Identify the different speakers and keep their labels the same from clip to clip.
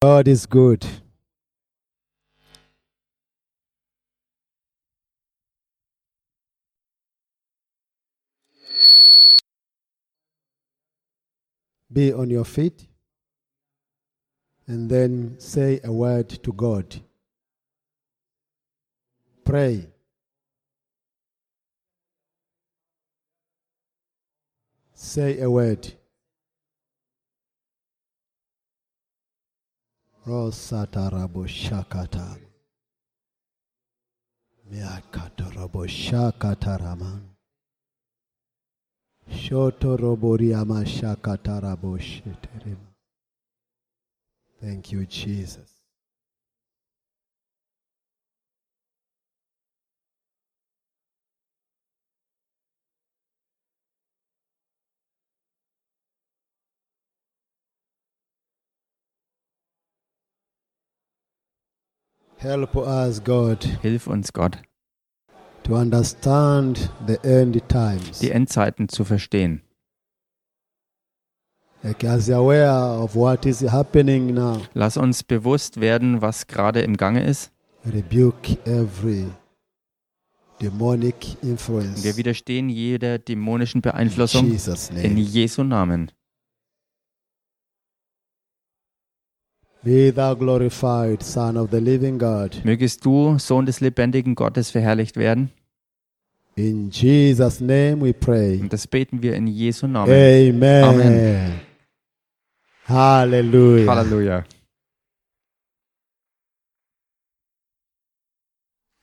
Speaker 1: God is good. Be on your feet and then say a word to God. Pray. Say a word. Rosatarabosakata. Miakatarabosakataraman. Shotoroboriamashakataraboshiterima. Thank you, Jesus. Help us, God,
Speaker 2: Hilf uns, Gott,
Speaker 1: to understand the end times.
Speaker 2: die Endzeiten zu verstehen,
Speaker 1: Like, as you're aware of what is happening now,
Speaker 2: Lass uns bewusst werden, was gerade im Gange ist.
Speaker 1: rebuke every demonic influence
Speaker 2: Wir widerstehen jeder dämonischen
Speaker 1: in
Speaker 2: Beeinflussung
Speaker 1: Jesus'
Speaker 2: in
Speaker 1: name.
Speaker 2: Jesu Namen.
Speaker 1: Be thou glorified, Son of the living God.
Speaker 2: Mögest du, Sohn des lebendigen Gottes, verherrlicht werden.
Speaker 1: In Jesus' name we pray.
Speaker 2: Und das beten wir in Jesu Namen.
Speaker 1: Amen.
Speaker 2: Amen.
Speaker 1: Hallelujah.
Speaker 2: Halleluja.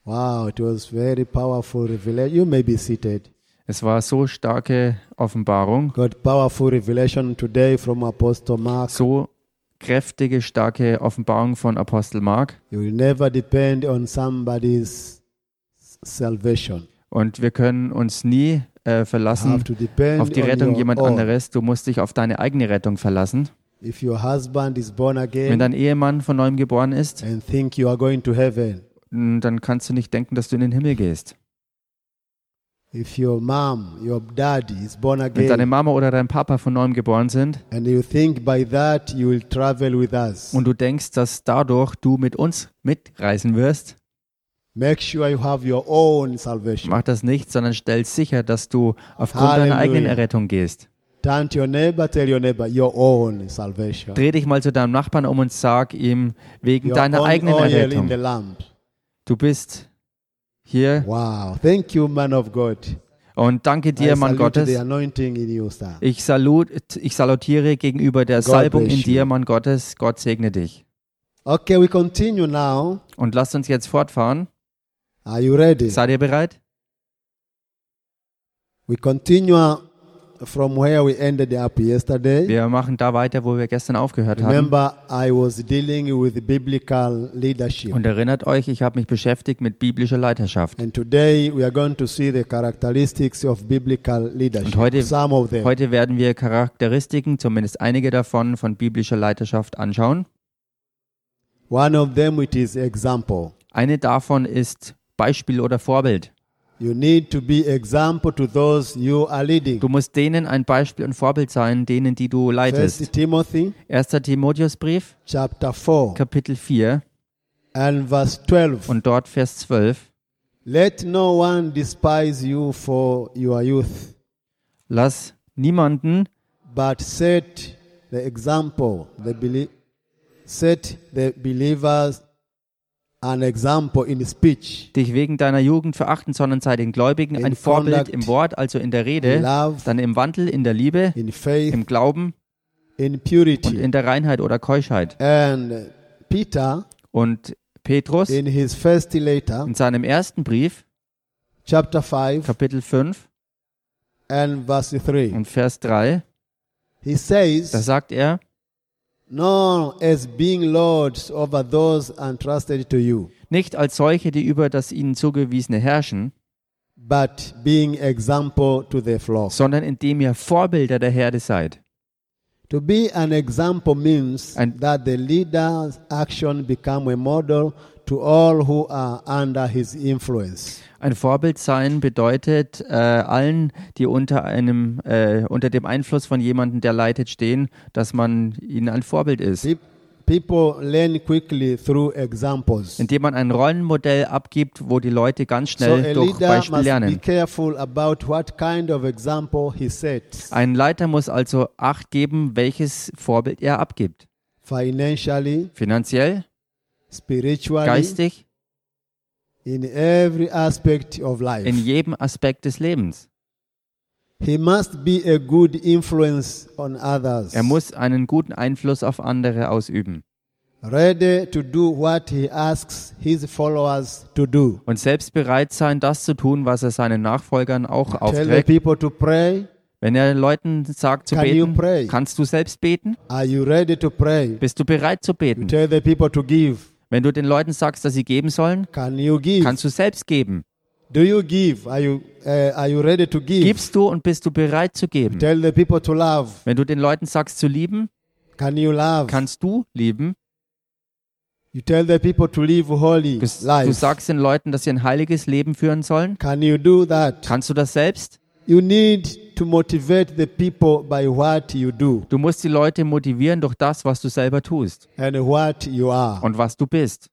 Speaker 1: Wow, it was very powerful revelation. You may be seated.
Speaker 2: Es war so starke Offenbarung,
Speaker 1: Got powerful revelation today from Apostle Mark.
Speaker 2: so kräftige, starke Offenbarung von Apostel Mark.
Speaker 1: You will never depend on somebody's salvation.
Speaker 2: Und wir können uns nie äh,
Speaker 1: You have
Speaker 2: verlassen
Speaker 1: to depend
Speaker 2: auf die
Speaker 1: on
Speaker 2: Rettung
Speaker 1: your
Speaker 2: jemand
Speaker 1: own.
Speaker 2: anderes. Du musst dich auf deine eigene Rettung verlassen.
Speaker 1: If your husband is born
Speaker 2: Wenn
Speaker 1: again
Speaker 2: dein Ehemann von neuem geboren ist,
Speaker 1: and think you are going to heaven,
Speaker 2: n- dann kannst du nicht denken, dass du in den Himmel gehst.
Speaker 1: if your mom, your daddy is born
Speaker 2: Wenn deine
Speaker 1: again,
Speaker 2: Mama oder dein Papa von neuem geboren sind
Speaker 1: and you think by that you will travel with us,
Speaker 2: und du denkst, dass dadurch du mit uns mitreisen wirst,
Speaker 1: make sure you have your own salvation.
Speaker 2: mach das nicht, sondern stell sicher, dass du aufgrund deiner
Speaker 1: Halleluja.
Speaker 2: eigenen Errettung gehst.
Speaker 1: Turn to your neighbor, tell your neighbor your own salvation.
Speaker 2: Dreh dich mal zu deinem Nachbarn um und sag ihm wegen
Speaker 1: Your
Speaker 2: deiner
Speaker 1: own
Speaker 2: eigenen
Speaker 1: oil in the
Speaker 2: Errettung.
Speaker 1: lamp.
Speaker 2: Du bist hier
Speaker 1: Wow. Thank you, man of God.
Speaker 2: und danke
Speaker 1: I
Speaker 2: dir, Mann
Speaker 1: salute The
Speaker 2: Gottes.
Speaker 1: anointing in you, sir.
Speaker 2: Ich, salut, ich salutiere gegenüber der
Speaker 1: God
Speaker 2: Salbung
Speaker 1: bless
Speaker 2: in
Speaker 1: you.
Speaker 2: dir, Mann Gottes. Gott segne dich.
Speaker 1: Okay, we continue now.
Speaker 2: Und lasst uns jetzt fortfahren.
Speaker 1: Are you ready?
Speaker 2: Seid ihr bereit?
Speaker 1: We continue from where we ended up yesterday.
Speaker 2: Wir machen da weiter, wo wir gestern aufgehört haben.
Speaker 1: Remember, I was dealing with biblical leadership.
Speaker 2: Und erinnert euch, ich habe mich beschäftigt mit biblischer Leiterschaft.
Speaker 1: And today we are going to see the characteristics of biblical leadership.
Speaker 2: Und heute-
Speaker 1: Some of them.
Speaker 2: Heute werden wir Charakteristiken, zumindest einige davon, von biblischer Leiterschaft anschauen.
Speaker 1: One of them, it is example.
Speaker 2: Eine davon ist Beispiel oder Vorbild.
Speaker 1: You need to be example to those you are leading.
Speaker 2: Du musst denen ein Beispiel und Vorbild sein, denen, die du leitest.
Speaker 1: First Timothy
Speaker 2: 1. Timotheusbrief,
Speaker 1: chapter 4
Speaker 2: Kapitel 4
Speaker 1: and verse 12.
Speaker 2: und dort Vers 12.
Speaker 1: Let no one despise you for your youth,
Speaker 2: Lass niemanden
Speaker 1: but set the example, the belie- set the believers an example in speech,
Speaker 2: dich wegen deiner Jugend verachten, sondern sei den Gläubigen
Speaker 1: In
Speaker 2: ein Vorbild
Speaker 1: conduct,
Speaker 2: im Wort, also in der Rede,
Speaker 1: in love,
Speaker 2: dann im Wandel, in der Liebe,
Speaker 1: in faith,
Speaker 2: im Glauben
Speaker 1: in
Speaker 2: und
Speaker 1: purity.
Speaker 2: in der Reinheit oder Keuschheit.
Speaker 1: and Peter,
Speaker 2: Und Petrus
Speaker 1: in his first letter,
Speaker 2: in seinem ersten Brief,
Speaker 1: chapter 5
Speaker 2: Kapitel 5
Speaker 1: and verse 3,
Speaker 2: und Vers 3,
Speaker 1: he
Speaker 2: da
Speaker 1: says,
Speaker 2: sagt er,
Speaker 1: No, as being lords over those entrusted to you,
Speaker 2: nicht als solche, die über das ihnen zugewiesene herrschen,
Speaker 1: but being example to the flock.
Speaker 2: sondern indem ihr Vorbilder der Herde seid.
Speaker 1: To be an example means
Speaker 2: And-
Speaker 1: that the leader's action become a model to all who are under his influence.
Speaker 2: Ein Vorbild sein bedeutet äh, allen, die unter einem äh, unter dem Einfluss von jemandem, der leitet, stehen, dass man ihnen ein Vorbild ist.
Speaker 1: Pe- People learn quickly through examples.
Speaker 2: indem man ein Rollenmodell abgibt, wo die Leute ganz
Speaker 1: So
Speaker 2: schnell
Speaker 1: a
Speaker 2: durch
Speaker 1: leader
Speaker 2: Beispiel
Speaker 1: must be
Speaker 2: lernen.
Speaker 1: careful about what kind of example he sets.
Speaker 2: Ein Leiter muss also Acht geben, welches Vorbild er abgibt.
Speaker 1: Financially,
Speaker 2: Finanziell,
Speaker 1: spiritually,
Speaker 2: geistig,
Speaker 1: in every aspect of
Speaker 2: in
Speaker 1: life.
Speaker 2: jedem Aspekt des Lebens.
Speaker 1: He must be a good influence on others.
Speaker 2: Er muss einen guten Einfluss auf andere ausüben
Speaker 1: ready to do what he asks his followers to do.
Speaker 2: und selbst bereit sein, das zu tun, was er seinen Nachfolgern auch
Speaker 1: Tell the
Speaker 2: aufträgt.
Speaker 1: people to pray.
Speaker 2: Wenn er Leuten sagt zu
Speaker 1: Can you pray?
Speaker 2: beten, kannst du selbst beten?
Speaker 1: Are you ready to pray?
Speaker 2: Bist du bereit zu beten?
Speaker 1: Tell the people to give.
Speaker 2: Wenn du den Leuten sagst, dass sie geben sollen,
Speaker 1: Can you give?
Speaker 2: kannst du selbst geben.
Speaker 1: do you give? Are you uh, are you ready to give?
Speaker 2: Gibst du und bist du bereit zu geben?
Speaker 1: Tell the people to love.
Speaker 2: Wenn du den Leuten sagst zu lieben,
Speaker 1: Can you love?
Speaker 2: kannst du lieben.
Speaker 1: you tell the people to live holy
Speaker 2: Du, s-
Speaker 1: life.
Speaker 2: du sagst den Leuten, dass sie ein heiliges Leben führen sollen.
Speaker 1: Can you do that?
Speaker 2: Kannst du das selbst?
Speaker 1: You need to motivate the people by what you do
Speaker 2: Du musst die Leute motivieren durch das, was du selber tust
Speaker 1: and what you are.
Speaker 2: und was du bist.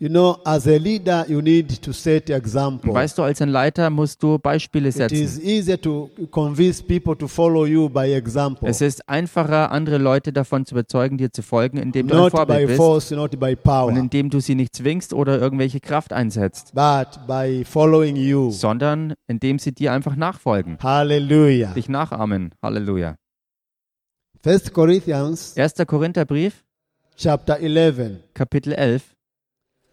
Speaker 1: You know, as a leader, you need to set
Speaker 2: Und
Speaker 1: example.
Speaker 2: weißt du, als ein Leiter musst du Beispiele
Speaker 1: It
Speaker 2: setzen.
Speaker 1: is easier to convince people to follow you by example,
Speaker 2: Es ist einfacher, andere Leute davon zu überzeugen, dir zu folgen, indem du ein
Speaker 1: not by
Speaker 2: Vorbild bist
Speaker 1: force, not by
Speaker 2: und
Speaker 1: power,
Speaker 2: indem du sie nicht zwingst oder irgendwelche Kraft einsetzt,
Speaker 1: but by following you.
Speaker 2: sondern indem sie dir einfach nachfolgen,
Speaker 1: Hallelujah.
Speaker 2: dich nachahmen. Halleluja.
Speaker 1: First Corinthians
Speaker 2: 1. Korintherbrief,
Speaker 1: chapter 11
Speaker 2: Kapitel 11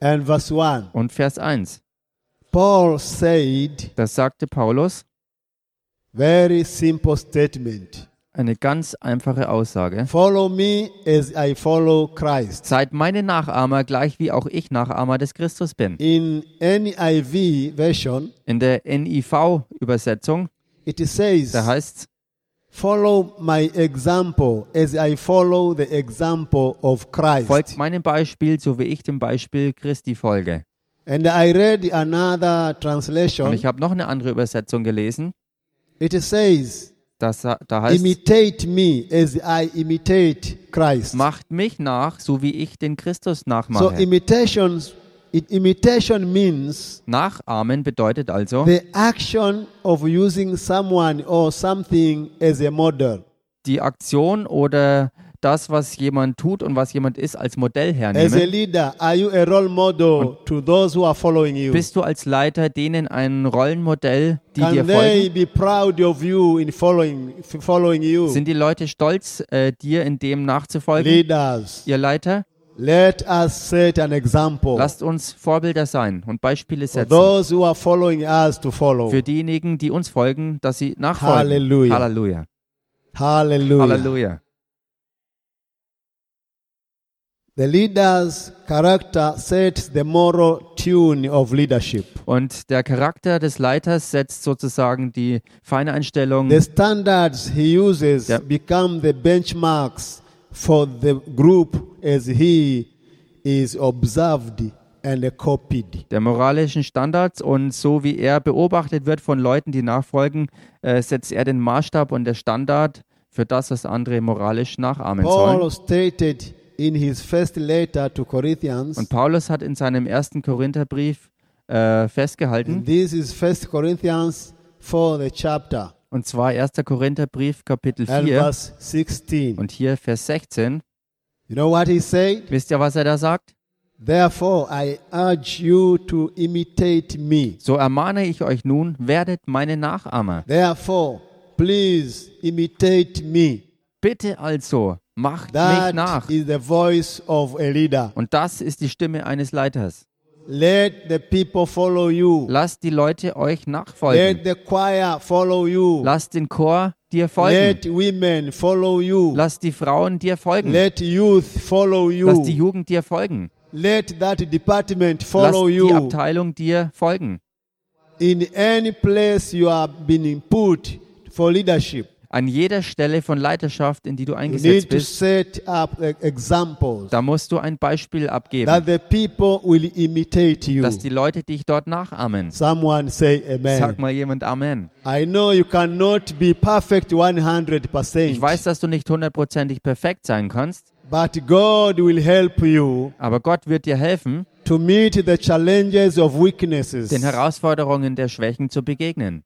Speaker 1: and verse 1.
Speaker 2: und Vers 1.
Speaker 1: Paul said
Speaker 2: Das sagte Paulus,
Speaker 1: very simple statement.
Speaker 2: eine ganz einfache Aussage.
Speaker 1: Follow me as I follow Christ.
Speaker 2: Seid meine Nachahmer, gleich wie auch ich Nachahmer des Christus bin.
Speaker 1: In NIV version,
Speaker 2: In der NIV-Übersetzung,
Speaker 1: it says,
Speaker 2: da heißt
Speaker 1: Follow my example as I follow the example of Christ.
Speaker 2: folgt meinem Beispiel, so wie ich dem Beispiel Christi folge.
Speaker 1: And I read another
Speaker 2: Und
Speaker 1: translation.
Speaker 2: ich habe noch eine andere Übersetzung gelesen,
Speaker 1: It says,
Speaker 2: das, sa- da heißt,
Speaker 1: imitate me as I imitate Christ.
Speaker 2: macht mich nach, so wie ich den Christus
Speaker 1: So
Speaker 2: nachmache.
Speaker 1: imitations, it, imitation means
Speaker 2: Nachahmen bedeutet also,
Speaker 1: the action of using someone or something as a model,
Speaker 2: die Aktion oder das, was jemand tut und was jemand ist, als Modell
Speaker 1: as a
Speaker 2: hernehmen.
Speaker 1: leader. Are you a role model to those who are following you?
Speaker 2: Bist du als Leiter denen ein Rollenmodell, die dir
Speaker 1: Can they
Speaker 2: folgen?
Speaker 1: be proud of you in following f- following you?
Speaker 2: Sind die Leute stolz, äh, dir in dem nachzufolgen,
Speaker 1: Leaders,
Speaker 2: ihr Leiter?
Speaker 1: let us set an example
Speaker 2: Lasst uns Vorbilder sein und Beispiele
Speaker 1: for
Speaker 2: setzen
Speaker 1: those who are following us to follow.
Speaker 2: für diejenigen, die uns folgen, dass sie nachfolgen.
Speaker 1: Halleluja.
Speaker 2: Halleluja.
Speaker 1: Hallelujah.
Speaker 2: Halleluja.
Speaker 1: The leader's character sets the moral tune of leadership.
Speaker 2: Und der Charakter des Leiters setzt sozusagen die Feineinstellung
Speaker 1: The standards he uses
Speaker 2: Ja.
Speaker 1: become the benchmarks for the group as he is observed and copied.
Speaker 2: der moralischen Standards und so wie er beobachtet wird von Leuten, die nachfolgen, äh, setzt er den Maßstab und der Standard für das, was andere moralisch nachahmen sollen.
Speaker 1: Paul stated in his first letter to Corinthians,
Speaker 2: Und Paulus hat in seinem ersten Korintherbrief äh,
Speaker 1: and
Speaker 2: festgehalten,
Speaker 1: this is First Corinthians 4, the chapter,
Speaker 2: und zwar 1. Korintherbrief Kapitel
Speaker 1: and
Speaker 2: 4
Speaker 1: verse 16.
Speaker 2: und hier Vers 16.
Speaker 1: you know what he said?
Speaker 2: Wisst ihr, was er da sagt?
Speaker 1: Therefore, I urge you to imitate me.
Speaker 2: So ermahne ich euch nun, werdet meine Nachahmer.
Speaker 1: Therefore, please imitate me.
Speaker 2: Bitte also, macht mich
Speaker 1: That
Speaker 2: nach.
Speaker 1: is the voice of a leader.
Speaker 2: Und das ist die Stimme eines Leiters.
Speaker 1: Let the people follow you.
Speaker 2: Lasst die Leute euch
Speaker 1: Let
Speaker 2: nachfolgen.
Speaker 1: the choir follow you.
Speaker 2: Lass den Chor dir folgen.
Speaker 1: Let women follow you.
Speaker 2: Lass die Frauen dir folgen.
Speaker 1: Let youth follow
Speaker 2: Lass die
Speaker 1: you.
Speaker 2: Jugend dir folgen.
Speaker 1: Let that department
Speaker 2: Lass
Speaker 1: follow
Speaker 2: die
Speaker 1: you.
Speaker 2: Abteilung dir folgen.
Speaker 1: In any place you are being put for leadership,
Speaker 2: An jeder Stelle von Leiterschaft, in die du
Speaker 1: you
Speaker 2: eingesetzt
Speaker 1: need to
Speaker 2: bist,
Speaker 1: set up e- examples
Speaker 2: da musst du ein Beispiel abgeben,
Speaker 1: that the people will imitate you.
Speaker 2: dass die Leute dich dort nachahmen.
Speaker 1: Someone say amen.
Speaker 2: Sag mal jemand Amen.
Speaker 1: I know you cannot be perfect
Speaker 2: Ich weiß,
Speaker 1: 100%,
Speaker 2: dass du nicht hundertprozentig perfekt sein kannst,
Speaker 1: But God will help you
Speaker 2: Aber Gott wird dir helfen,
Speaker 1: to meet the challenges of weaknesses.
Speaker 2: den Herausforderungen der Schwächen zu begegnen.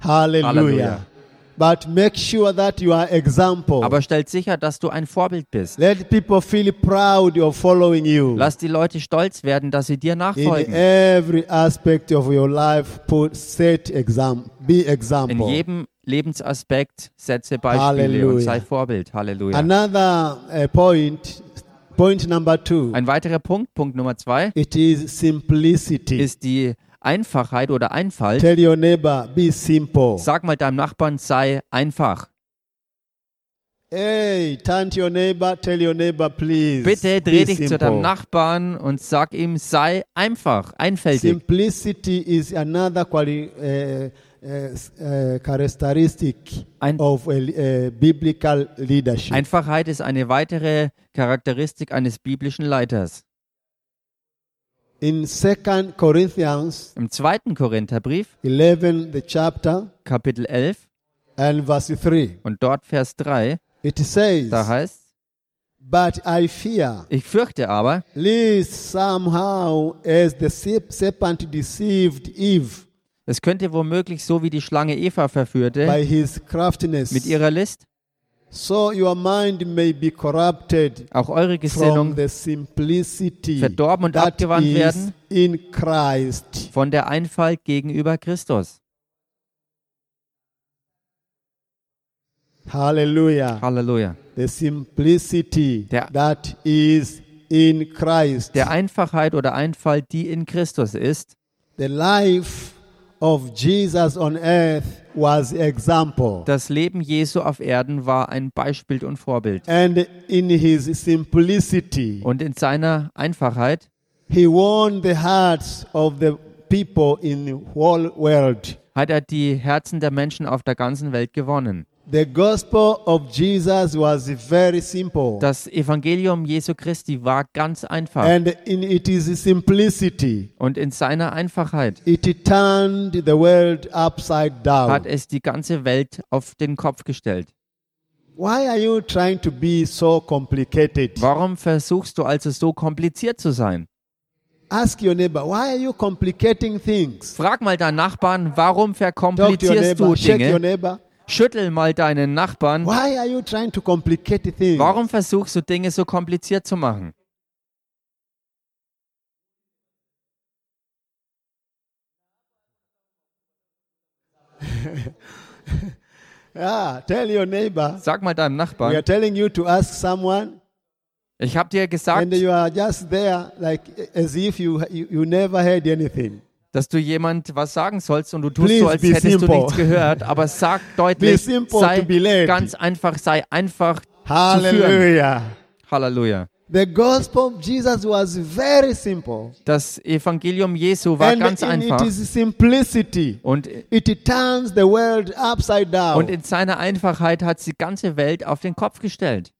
Speaker 1: Hallelujah.
Speaker 2: Hallelujah.
Speaker 1: But make sure that you are example.
Speaker 2: Aber stellt sicher, dass du ein Vorbild bist.
Speaker 1: Let people feel proud of following you.
Speaker 2: Lass die Leute stolz werden, dass sie dir
Speaker 1: In
Speaker 2: nachfolgen.
Speaker 1: every aspect of your life, put set exam, be
Speaker 2: In
Speaker 1: example.
Speaker 2: jedem Lebensaspekt setze Beispiele
Speaker 1: Halleluja.
Speaker 2: und sei Vorbild. Halleluja.
Speaker 1: Another uh, point, point number two,
Speaker 2: Ein weiterer Punkt, Punkt Nummer zwei,
Speaker 1: it is simplicity.
Speaker 2: ist die Einfachheit oder Einfalt.
Speaker 1: Tell your neighbor, be simple.
Speaker 2: Sag mal deinem Nachbarn, sei einfach.
Speaker 1: hey, turn to your neighbor, tell your neighbor, please.
Speaker 2: Bitte dreh
Speaker 1: be
Speaker 2: dich zu
Speaker 1: simple.
Speaker 2: deinem Nachbarn und sag ihm, sei einfach, einfältig.
Speaker 1: Simplicity is another quali- uh, uh, s- uh, characteristic
Speaker 2: Ein-
Speaker 1: of a, li- uh, biblical leadership.
Speaker 2: Einfachheit ist eine weitere Charakteristik eines biblischen Leiters.
Speaker 1: In 2 Corinthians
Speaker 2: Im zweiten Korintherbrief,
Speaker 1: 11, the chapter,
Speaker 2: Kapitel 11
Speaker 1: and verse 3,
Speaker 2: und dort Vers 3,
Speaker 1: it says,
Speaker 2: da heißt,
Speaker 1: But I fear,
Speaker 2: ich fürchte aber,
Speaker 1: lest somehow as the sep- serpent deceived Eve
Speaker 2: es könnte womöglich so wie die Schlange Eva
Speaker 1: by
Speaker 2: verführte,
Speaker 1: his craftiness,
Speaker 2: Eh? mit ihrer List,
Speaker 1: so your mind may be corrupted
Speaker 2: auch eure
Speaker 1: from
Speaker 2: Gesinnung
Speaker 1: the simplicity
Speaker 2: verdorben und
Speaker 1: that
Speaker 2: abgewandt
Speaker 1: is
Speaker 2: werden.
Speaker 1: in Christ.
Speaker 2: von der Einfalt gegenüber Christus.
Speaker 1: Hallelujah.
Speaker 2: Halleluja.
Speaker 1: the simplicity
Speaker 2: Der-
Speaker 1: that is in Christ.
Speaker 2: Der Einfachheit oder Einfalt, die in Christus ist,
Speaker 1: the life of Jesus on earth was example.
Speaker 2: das Leben Jesu auf Erden war ein Beispiel und Vorbild.
Speaker 1: and in his simplicity,
Speaker 2: Und in seiner Einfachheit
Speaker 1: he won the hearts of the people in the whole world.
Speaker 2: hat er die Herzen der Menschen auf der ganzen Welt gewonnen.
Speaker 1: The gospel of Jesus was very simple.
Speaker 2: Das Evangelium Jesu Christi war ganz einfach.
Speaker 1: and in it is simplicity,
Speaker 2: Und in seiner Einfachheit
Speaker 1: it turned the world upside
Speaker 2: hat
Speaker 1: down.
Speaker 2: es die ganze Welt auf den Kopf gestellt.
Speaker 1: Why are you trying to be so complicated?
Speaker 2: Warum versuchst du also so kompliziert zu sein?
Speaker 1: Ask your neighbor, why are you complicating things?
Speaker 2: Frag mal deinen Nachbarn, warum
Speaker 1: Talk to your
Speaker 2: verkomplizierst du
Speaker 1: neighbor, check your ne-
Speaker 2: Dinge?
Speaker 1: neighbor.
Speaker 2: Schüttel mal deinen Nachbarn,
Speaker 1: Why are you trying to complicate things?
Speaker 2: Warum versuchst du Dinge so kompliziert zu machen?
Speaker 1: Yeah, Ah, tell your neighbor.
Speaker 2: Sag mal deinem
Speaker 1: We are
Speaker 2: Nachbarn.
Speaker 1: telling you to ask someone,
Speaker 2: Ich habe dir
Speaker 1: and
Speaker 2: gesagt,
Speaker 1: you are just there like as if you you, you never heard anything.
Speaker 2: dass du jemand was sagen sollst und du tust
Speaker 1: Please
Speaker 2: so, als
Speaker 1: be
Speaker 2: hättest du
Speaker 1: simple.
Speaker 2: nichts gehört, aber sag deutlich,
Speaker 1: simple
Speaker 2: sei
Speaker 1: to be led.
Speaker 2: ganz einfach, sei einfach zu führen.
Speaker 1: Hallelujah.
Speaker 2: Halleluja.
Speaker 1: The gospel of Jesus was very simple,
Speaker 2: Das Evangelium Jesu war
Speaker 1: and
Speaker 2: ganz
Speaker 1: in
Speaker 2: einfach
Speaker 1: it is simplicity.
Speaker 2: und,
Speaker 1: It turns the world upside down.
Speaker 2: und in seiner Einfachheit hat sie die ganze Welt auf den Kopf gestellt.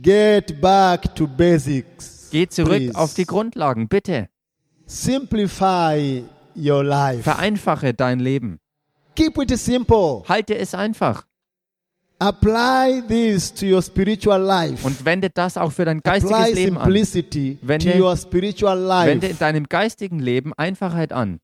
Speaker 1: Get back to basics.
Speaker 2: Geh zurück
Speaker 1: please.
Speaker 2: auf die Grundlagen, bitte.
Speaker 1: Simplify your life.
Speaker 2: Vereinfache dein Leben.
Speaker 1: Keep it simple.
Speaker 2: Halte es einfach
Speaker 1: Apply this to your spiritual life.
Speaker 2: und wende das auch für dein
Speaker 1: Apply
Speaker 2: geistiges Leben an.
Speaker 1: simplicity
Speaker 2: Wende-
Speaker 1: to your spiritual life.
Speaker 2: Wende in deinem geistigen Leben Einfachheit an.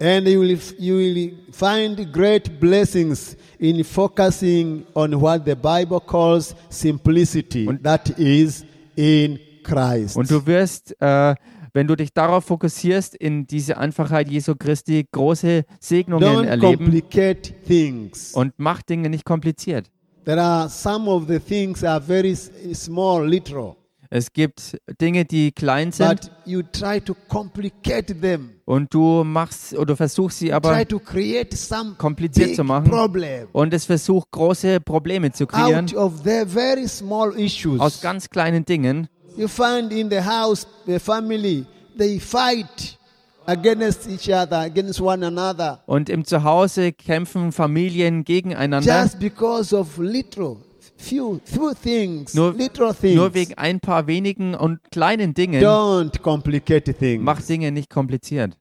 Speaker 1: and you will, you will find great blessings in focusing on what the Bible calls simplicity.
Speaker 2: Und-
Speaker 1: that is in Christ.
Speaker 2: Und du wirst, äh, wenn du dich darauf fokussierst, in diese Einfachheit Jesu Christi große Segnungen
Speaker 1: Don't
Speaker 2: erleben
Speaker 1: complicate things.
Speaker 2: und mach Dinge nicht kompliziert.
Speaker 1: There are some of the things are very s- small, literal.
Speaker 2: Es gibt Dinge, die klein sind
Speaker 1: but you try to complicate them.
Speaker 2: und du machst oder versuchst sie
Speaker 1: Try
Speaker 2: aber
Speaker 1: to create some
Speaker 2: kompliziert
Speaker 1: big
Speaker 2: zu machen
Speaker 1: problem
Speaker 2: und es versucht große Probleme zu kreieren
Speaker 1: out of the very small issues.
Speaker 2: aus ganz kleinen Dingen.
Speaker 1: you find in the house, the family, they fight against each other, against one another,
Speaker 2: Und im Zuhause kämpfen Familien gegeneinander,
Speaker 1: just because of little, few, few things,
Speaker 2: Nur-
Speaker 1: little things.
Speaker 2: nur wegen ein paar wenigen und kleinen Dingen.
Speaker 1: Don't complicate things.
Speaker 2: Mach Dinge nicht kompliziert.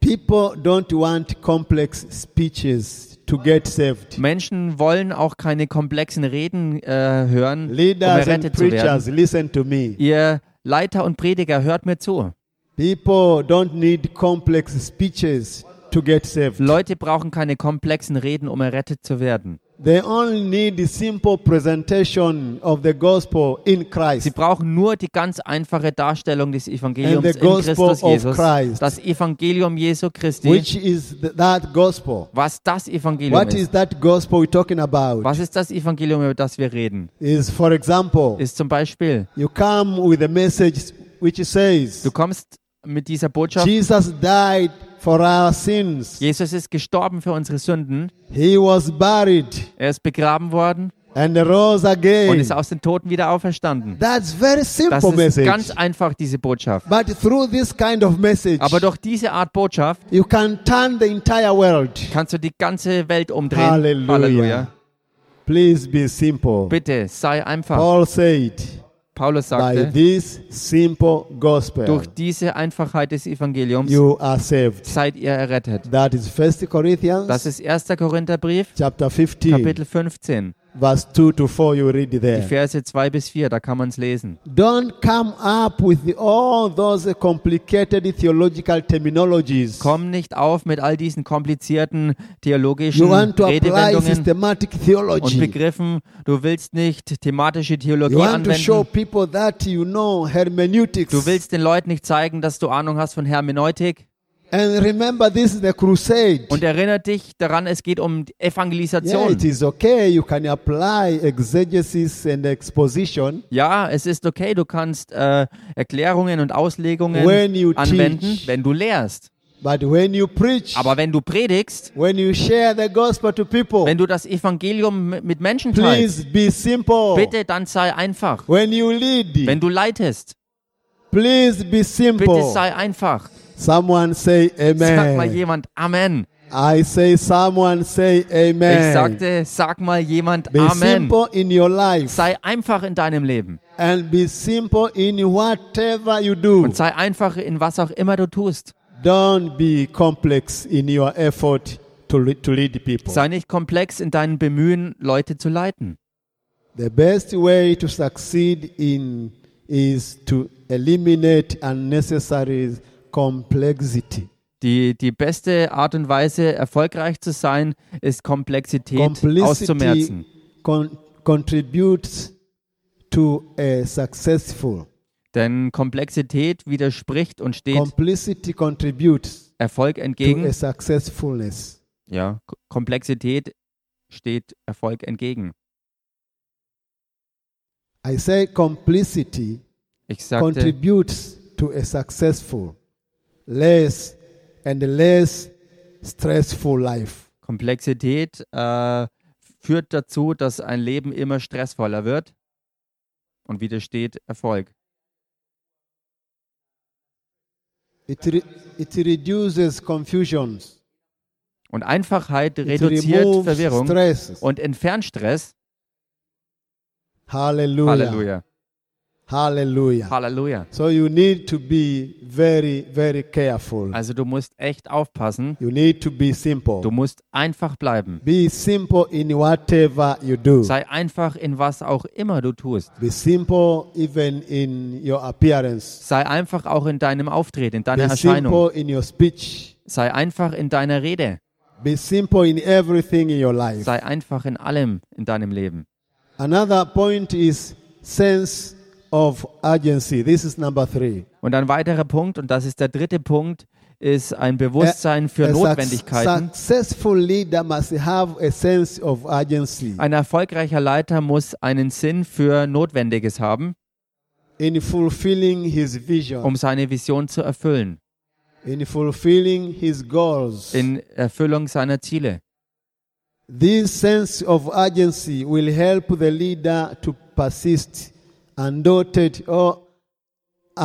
Speaker 1: People don't want complex speeches to get saved.
Speaker 2: Menschen wollen auch keine komplexen Reden äh, hören, um
Speaker 1: Leaders and
Speaker 2: errettet zu werden.
Speaker 1: preachers, listen to me.
Speaker 2: Ihr Leiter und Prediger, hört mir zu.
Speaker 1: People don't need complex speeches to get saved.
Speaker 2: Leute brauchen keine komplexen Reden, um errettet zu werden.
Speaker 1: They only need the simple presentation of the gospel in
Speaker 2: Sie
Speaker 1: Christ.
Speaker 2: brauchen nur die ganz einfache Darstellung des Evangeliums
Speaker 1: And the
Speaker 2: in
Speaker 1: gospel
Speaker 2: Christus
Speaker 1: of
Speaker 2: Jesus.
Speaker 1: Christ.
Speaker 2: Das Evangelium Jesu Christi.
Speaker 1: Which is th- that gospel?
Speaker 2: Was das Evangelium
Speaker 1: What is
Speaker 2: ist.
Speaker 1: that gospel we're talking about?
Speaker 2: Was ist das Evangelium, über das wir reden?
Speaker 1: Is, for example,
Speaker 2: Ist zum Beispiel,
Speaker 1: you come with a message which says,
Speaker 2: du kommst mit dieser Botschaft,
Speaker 1: Jesus died for our sins.
Speaker 2: Jesus ist gestorben für unsere Sünden.
Speaker 1: He was buried
Speaker 2: Er ist begraben worden
Speaker 1: and rose
Speaker 2: und
Speaker 1: again.
Speaker 2: ist aus den Toten wieder auferstanden.
Speaker 1: That's very
Speaker 2: Das
Speaker 1: simple
Speaker 2: ist ganz
Speaker 1: message.
Speaker 2: einfach, diese Botschaft.
Speaker 1: But through this kind of message,
Speaker 2: Aber durch diese Art Botschaft
Speaker 1: you can turn the entire world.
Speaker 2: kannst du die ganze Welt umdrehen.
Speaker 1: Halleluja. Please be simple.
Speaker 2: Bitte, sei einfach.
Speaker 1: Paul said,
Speaker 2: Paulus
Speaker 1: by
Speaker 2: sagte,
Speaker 1: this simple gospel,
Speaker 2: durch diese Einfachheit des Evangeliums
Speaker 1: you are saved.
Speaker 2: seid ihr errettet.
Speaker 1: That is 1 Corinthians
Speaker 2: Das ist 1. Korintherbrief,
Speaker 1: chapter 15,
Speaker 2: Kapitel 15,
Speaker 1: verse 2 to 4. You read
Speaker 2: die
Speaker 1: there.
Speaker 2: Verse 2 bis 4, da kann man es lesen.
Speaker 1: Don't come up with all those complicated theological terminologies.
Speaker 2: Komm nicht auf mit all diesen komplizierten
Speaker 1: You
Speaker 2: theologischen
Speaker 1: want to apply
Speaker 2: Redewendungen
Speaker 1: systematic
Speaker 2: und
Speaker 1: theology.
Speaker 2: Begriffen. Du willst nicht thematische
Speaker 1: You
Speaker 2: Theologie
Speaker 1: want to show people
Speaker 2: anwenden.
Speaker 1: that you know hermeneutics.
Speaker 2: Du willst den Leuten nicht zeigen, dass du Ahnung hast von Hermeneutik.
Speaker 1: And remember, this is the crusade.
Speaker 2: Und erinnere dich daran, es geht um die
Speaker 1: Yeah,
Speaker 2: Evangelisation.
Speaker 1: it is okay. You can apply exegesis and exposition
Speaker 2: Ja, es ist okay, du kannst äh, Erklärungen und Auslegungen
Speaker 1: When you
Speaker 2: anwenden,
Speaker 1: teach.
Speaker 2: wenn du lehrst.
Speaker 1: But when you preach,
Speaker 2: Aber wenn du predigst,
Speaker 1: when you share the gospel to people,
Speaker 2: wenn du das Evangelium mi- mit Menschen teilst,
Speaker 1: please be simple.
Speaker 2: bitte dann sei einfach.
Speaker 1: When you lead,
Speaker 2: Wenn du leitest,
Speaker 1: please be
Speaker 2: bitte
Speaker 1: simple.
Speaker 2: sei einfach.
Speaker 1: Someone say
Speaker 2: Sag mal
Speaker 1: amen.
Speaker 2: jemand Amen.
Speaker 1: I say someone say
Speaker 2: Ich
Speaker 1: amen.
Speaker 2: sagte, sag mal jemand
Speaker 1: Be
Speaker 2: Amen.
Speaker 1: simple in your life
Speaker 2: Sei einfach in deinem Leben
Speaker 1: and be simple in whatever you do.
Speaker 2: und sei einfach in was auch immer du tust.
Speaker 1: Don't be complex in your effort to, le- to lead people.
Speaker 2: Sei nicht komplex in deinem Bemühen, Leute zu leiten.
Speaker 1: The best way to succeed in is to eliminate unnecessary complexity.
Speaker 2: Die, die beste Art und Weise, erfolgreich zu sein, ist Komplexität auszumerzen.
Speaker 1: Complexity con- contributes to a successful.
Speaker 2: Denn Komplexität widerspricht und steht
Speaker 1: Complicity contributes
Speaker 2: Erfolg
Speaker 1: to a
Speaker 2: entgegen.
Speaker 1: successfulness.
Speaker 2: Ja, K- Komplexität steht Erfolg entgegen.
Speaker 1: I say complicity
Speaker 2: Ich sagte,
Speaker 1: contributes to a successful, less and less stressful life.
Speaker 2: Komplexität äh, führt dazu, dass ein Leben immer stressvoller wird und widersteht Erfolg.
Speaker 1: It, re- it reduces confusions.
Speaker 2: Und Einfachheit
Speaker 1: It
Speaker 2: reduziert
Speaker 1: removes
Speaker 2: Verwirrung
Speaker 1: Stress.
Speaker 2: und entfernt Stress.
Speaker 1: Hallelujah. Hallelujah.
Speaker 2: Halleluja. Halleluja.
Speaker 1: So you need to be very, very careful.
Speaker 2: Also du musst echt aufpassen.
Speaker 1: You need to be simple.
Speaker 2: Du musst einfach bleiben.
Speaker 1: Be simple in whatever you do.
Speaker 2: Sei einfach in was auch immer du tust.
Speaker 1: Be simple even in your appearance.
Speaker 2: Sei einfach auch in deinem Auftreten, in deiner
Speaker 1: Be
Speaker 2: Erscheinung.
Speaker 1: simple in your speech.
Speaker 2: Sei einfach in deiner Rede.
Speaker 1: Be simple in everything in your life.
Speaker 2: Sei einfach in allem in deinem Leben.
Speaker 1: Another point is sense of urgency. This is number three.
Speaker 2: Und ein weiterer Punkt, und das ist der dritte Punkt, ist ein Bewusstsein für
Speaker 1: A suc-
Speaker 2: Notwendigkeiten.
Speaker 1: successful leader must have a sense of urgency.
Speaker 2: Ein erfolgreicher Leiter muss einen Sinn für Notwendiges haben,
Speaker 1: in fulfilling his vision,
Speaker 2: um seine Vision zu erfüllen,
Speaker 1: in fulfilling his goals.
Speaker 2: in Erfüllung seiner Ziele.
Speaker 1: this sense of urgency will help the leader to persist undaunted or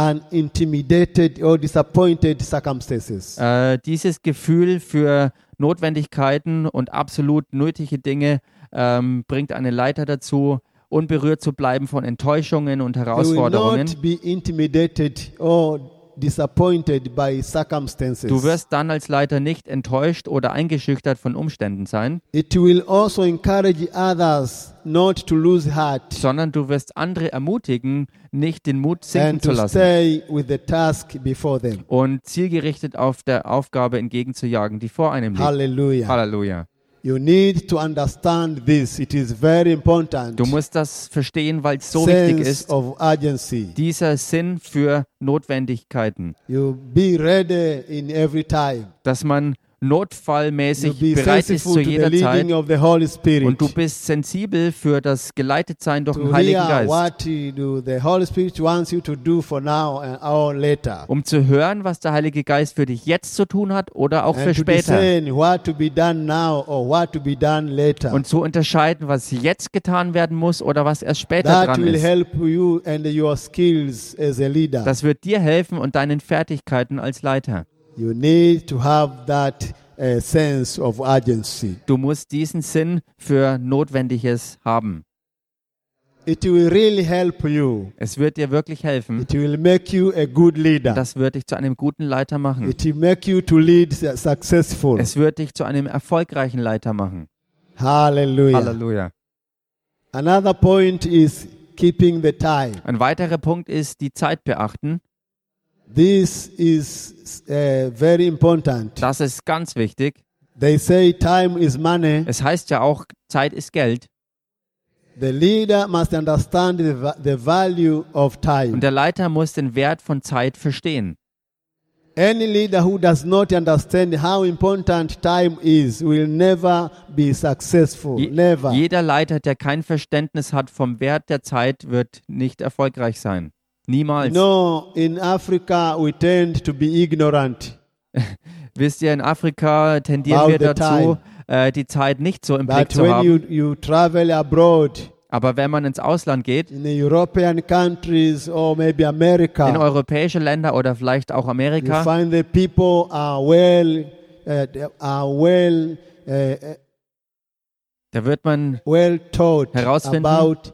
Speaker 1: unintimidated or disappointed circumstances.
Speaker 2: Äh, dieses Gefühl für Notwendigkeiten und absolut nötige Dinge ähm, bringt einen Leiter dazu, unberührt zu bleiben von Enttäuschungen und
Speaker 1: He will
Speaker 2: Herausforderungen.
Speaker 1: not be intimidated or disappointed by circumstances.
Speaker 2: Du wirst dann als Leiter nicht enttäuscht oder eingeschüchtert von Umständen sein,
Speaker 1: It will also encourage others not to lose heart
Speaker 2: sondern du wirst andere ermutigen, nicht den Mut sinken
Speaker 1: and
Speaker 2: zu
Speaker 1: to
Speaker 2: lassen
Speaker 1: stay with the task before them.
Speaker 2: und zielgerichtet auf der Aufgabe entgegenzujagen, die vor einem liegt.
Speaker 1: Hallelujah.
Speaker 2: Halleluja.
Speaker 1: You need to understand this. It is very important.
Speaker 2: Du musst das verstehen, weil es so
Speaker 1: Sense
Speaker 2: wichtig ist,
Speaker 1: of urgency.
Speaker 2: dieser Sinn für Notwendigkeiten,
Speaker 1: You be ready in every time.
Speaker 2: dass man
Speaker 1: You
Speaker 2: notfallmäßig
Speaker 1: be
Speaker 2: bereit ist
Speaker 1: sensitive
Speaker 2: zu
Speaker 1: to the
Speaker 2: jeder
Speaker 1: leading
Speaker 2: Zeit
Speaker 1: of the Holy Spirit.
Speaker 2: und du bist sensibel für das Geleitetsein durch
Speaker 1: to
Speaker 2: den Heiligen
Speaker 1: hear
Speaker 2: Geist,
Speaker 1: what you do, the Holy Spirit wants you to do for now and or later.
Speaker 2: um zu hören, was der Heilige Geist für dich jetzt zu tun hat oder auch für
Speaker 1: And to
Speaker 2: später.
Speaker 1: discern what to be done now or what to be done later.
Speaker 2: Und zu unterscheiden, was jetzt getan werden muss oder was erst später
Speaker 1: that
Speaker 2: dran
Speaker 1: will
Speaker 2: ist.
Speaker 1: help you and your skills as a leader.
Speaker 2: Das wird dir helfen und deinen Fertigkeiten als Leiter.
Speaker 1: you need to have that uh, sense of urgency.
Speaker 2: Du musst diesen Sinn für Notwendiges haben.
Speaker 1: It will really help you.
Speaker 2: Es wird dir wirklich helfen.
Speaker 1: It will make you a good leader.
Speaker 2: Das wird dich zu einem guten Leiter machen.
Speaker 1: It will make you to lead su- successful.
Speaker 2: Es wird dich zu einem erfolgreichen Leiter machen.
Speaker 1: Hallelujah.
Speaker 2: Halleluja.
Speaker 1: Another point is keeping the time.
Speaker 2: Ein weiterer Punkt ist die Zeit beachten.
Speaker 1: This is uh, very important.
Speaker 2: Das ist ganz wichtig.
Speaker 1: They say time is money.
Speaker 2: Es heißt ja auch, Zeit ist Geld.
Speaker 1: The leader must understand the, va- the value of
Speaker 2: Und
Speaker 1: time.
Speaker 2: der Leiter muss den Wert von Zeit verstehen.
Speaker 1: Any leader who does not understand how important time is will never be successful.
Speaker 2: Je
Speaker 1: never.
Speaker 2: Jeder Leiter, der kein Verständnis hat vom Wert der Zeit, wird nicht erfolgreich sein. Niemals.
Speaker 1: No, in Africa we tend to be ignorant,
Speaker 2: Wisst ihr, in Afrika tendieren
Speaker 1: About
Speaker 2: wir
Speaker 1: the
Speaker 2: dazu, äh, die Zeit nicht so im Blick
Speaker 1: but
Speaker 2: zu
Speaker 1: when
Speaker 2: haben.
Speaker 1: you, you travel abroad
Speaker 2: Aber wenn man ins Ausland geht,
Speaker 1: in the European countries or maybe
Speaker 2: in
Speaker 1: America,
Speaker 2: europäische Länder oder vielleicht auch
Speaker 1: you
Speaker 2: Amerika,
Speaker 1: find the people are well, uh, are well, uh, uh,
Speaker 2: da wird man
Speaker 1: well taught
Speaker 2: Herausfinden.
Speaker 1: about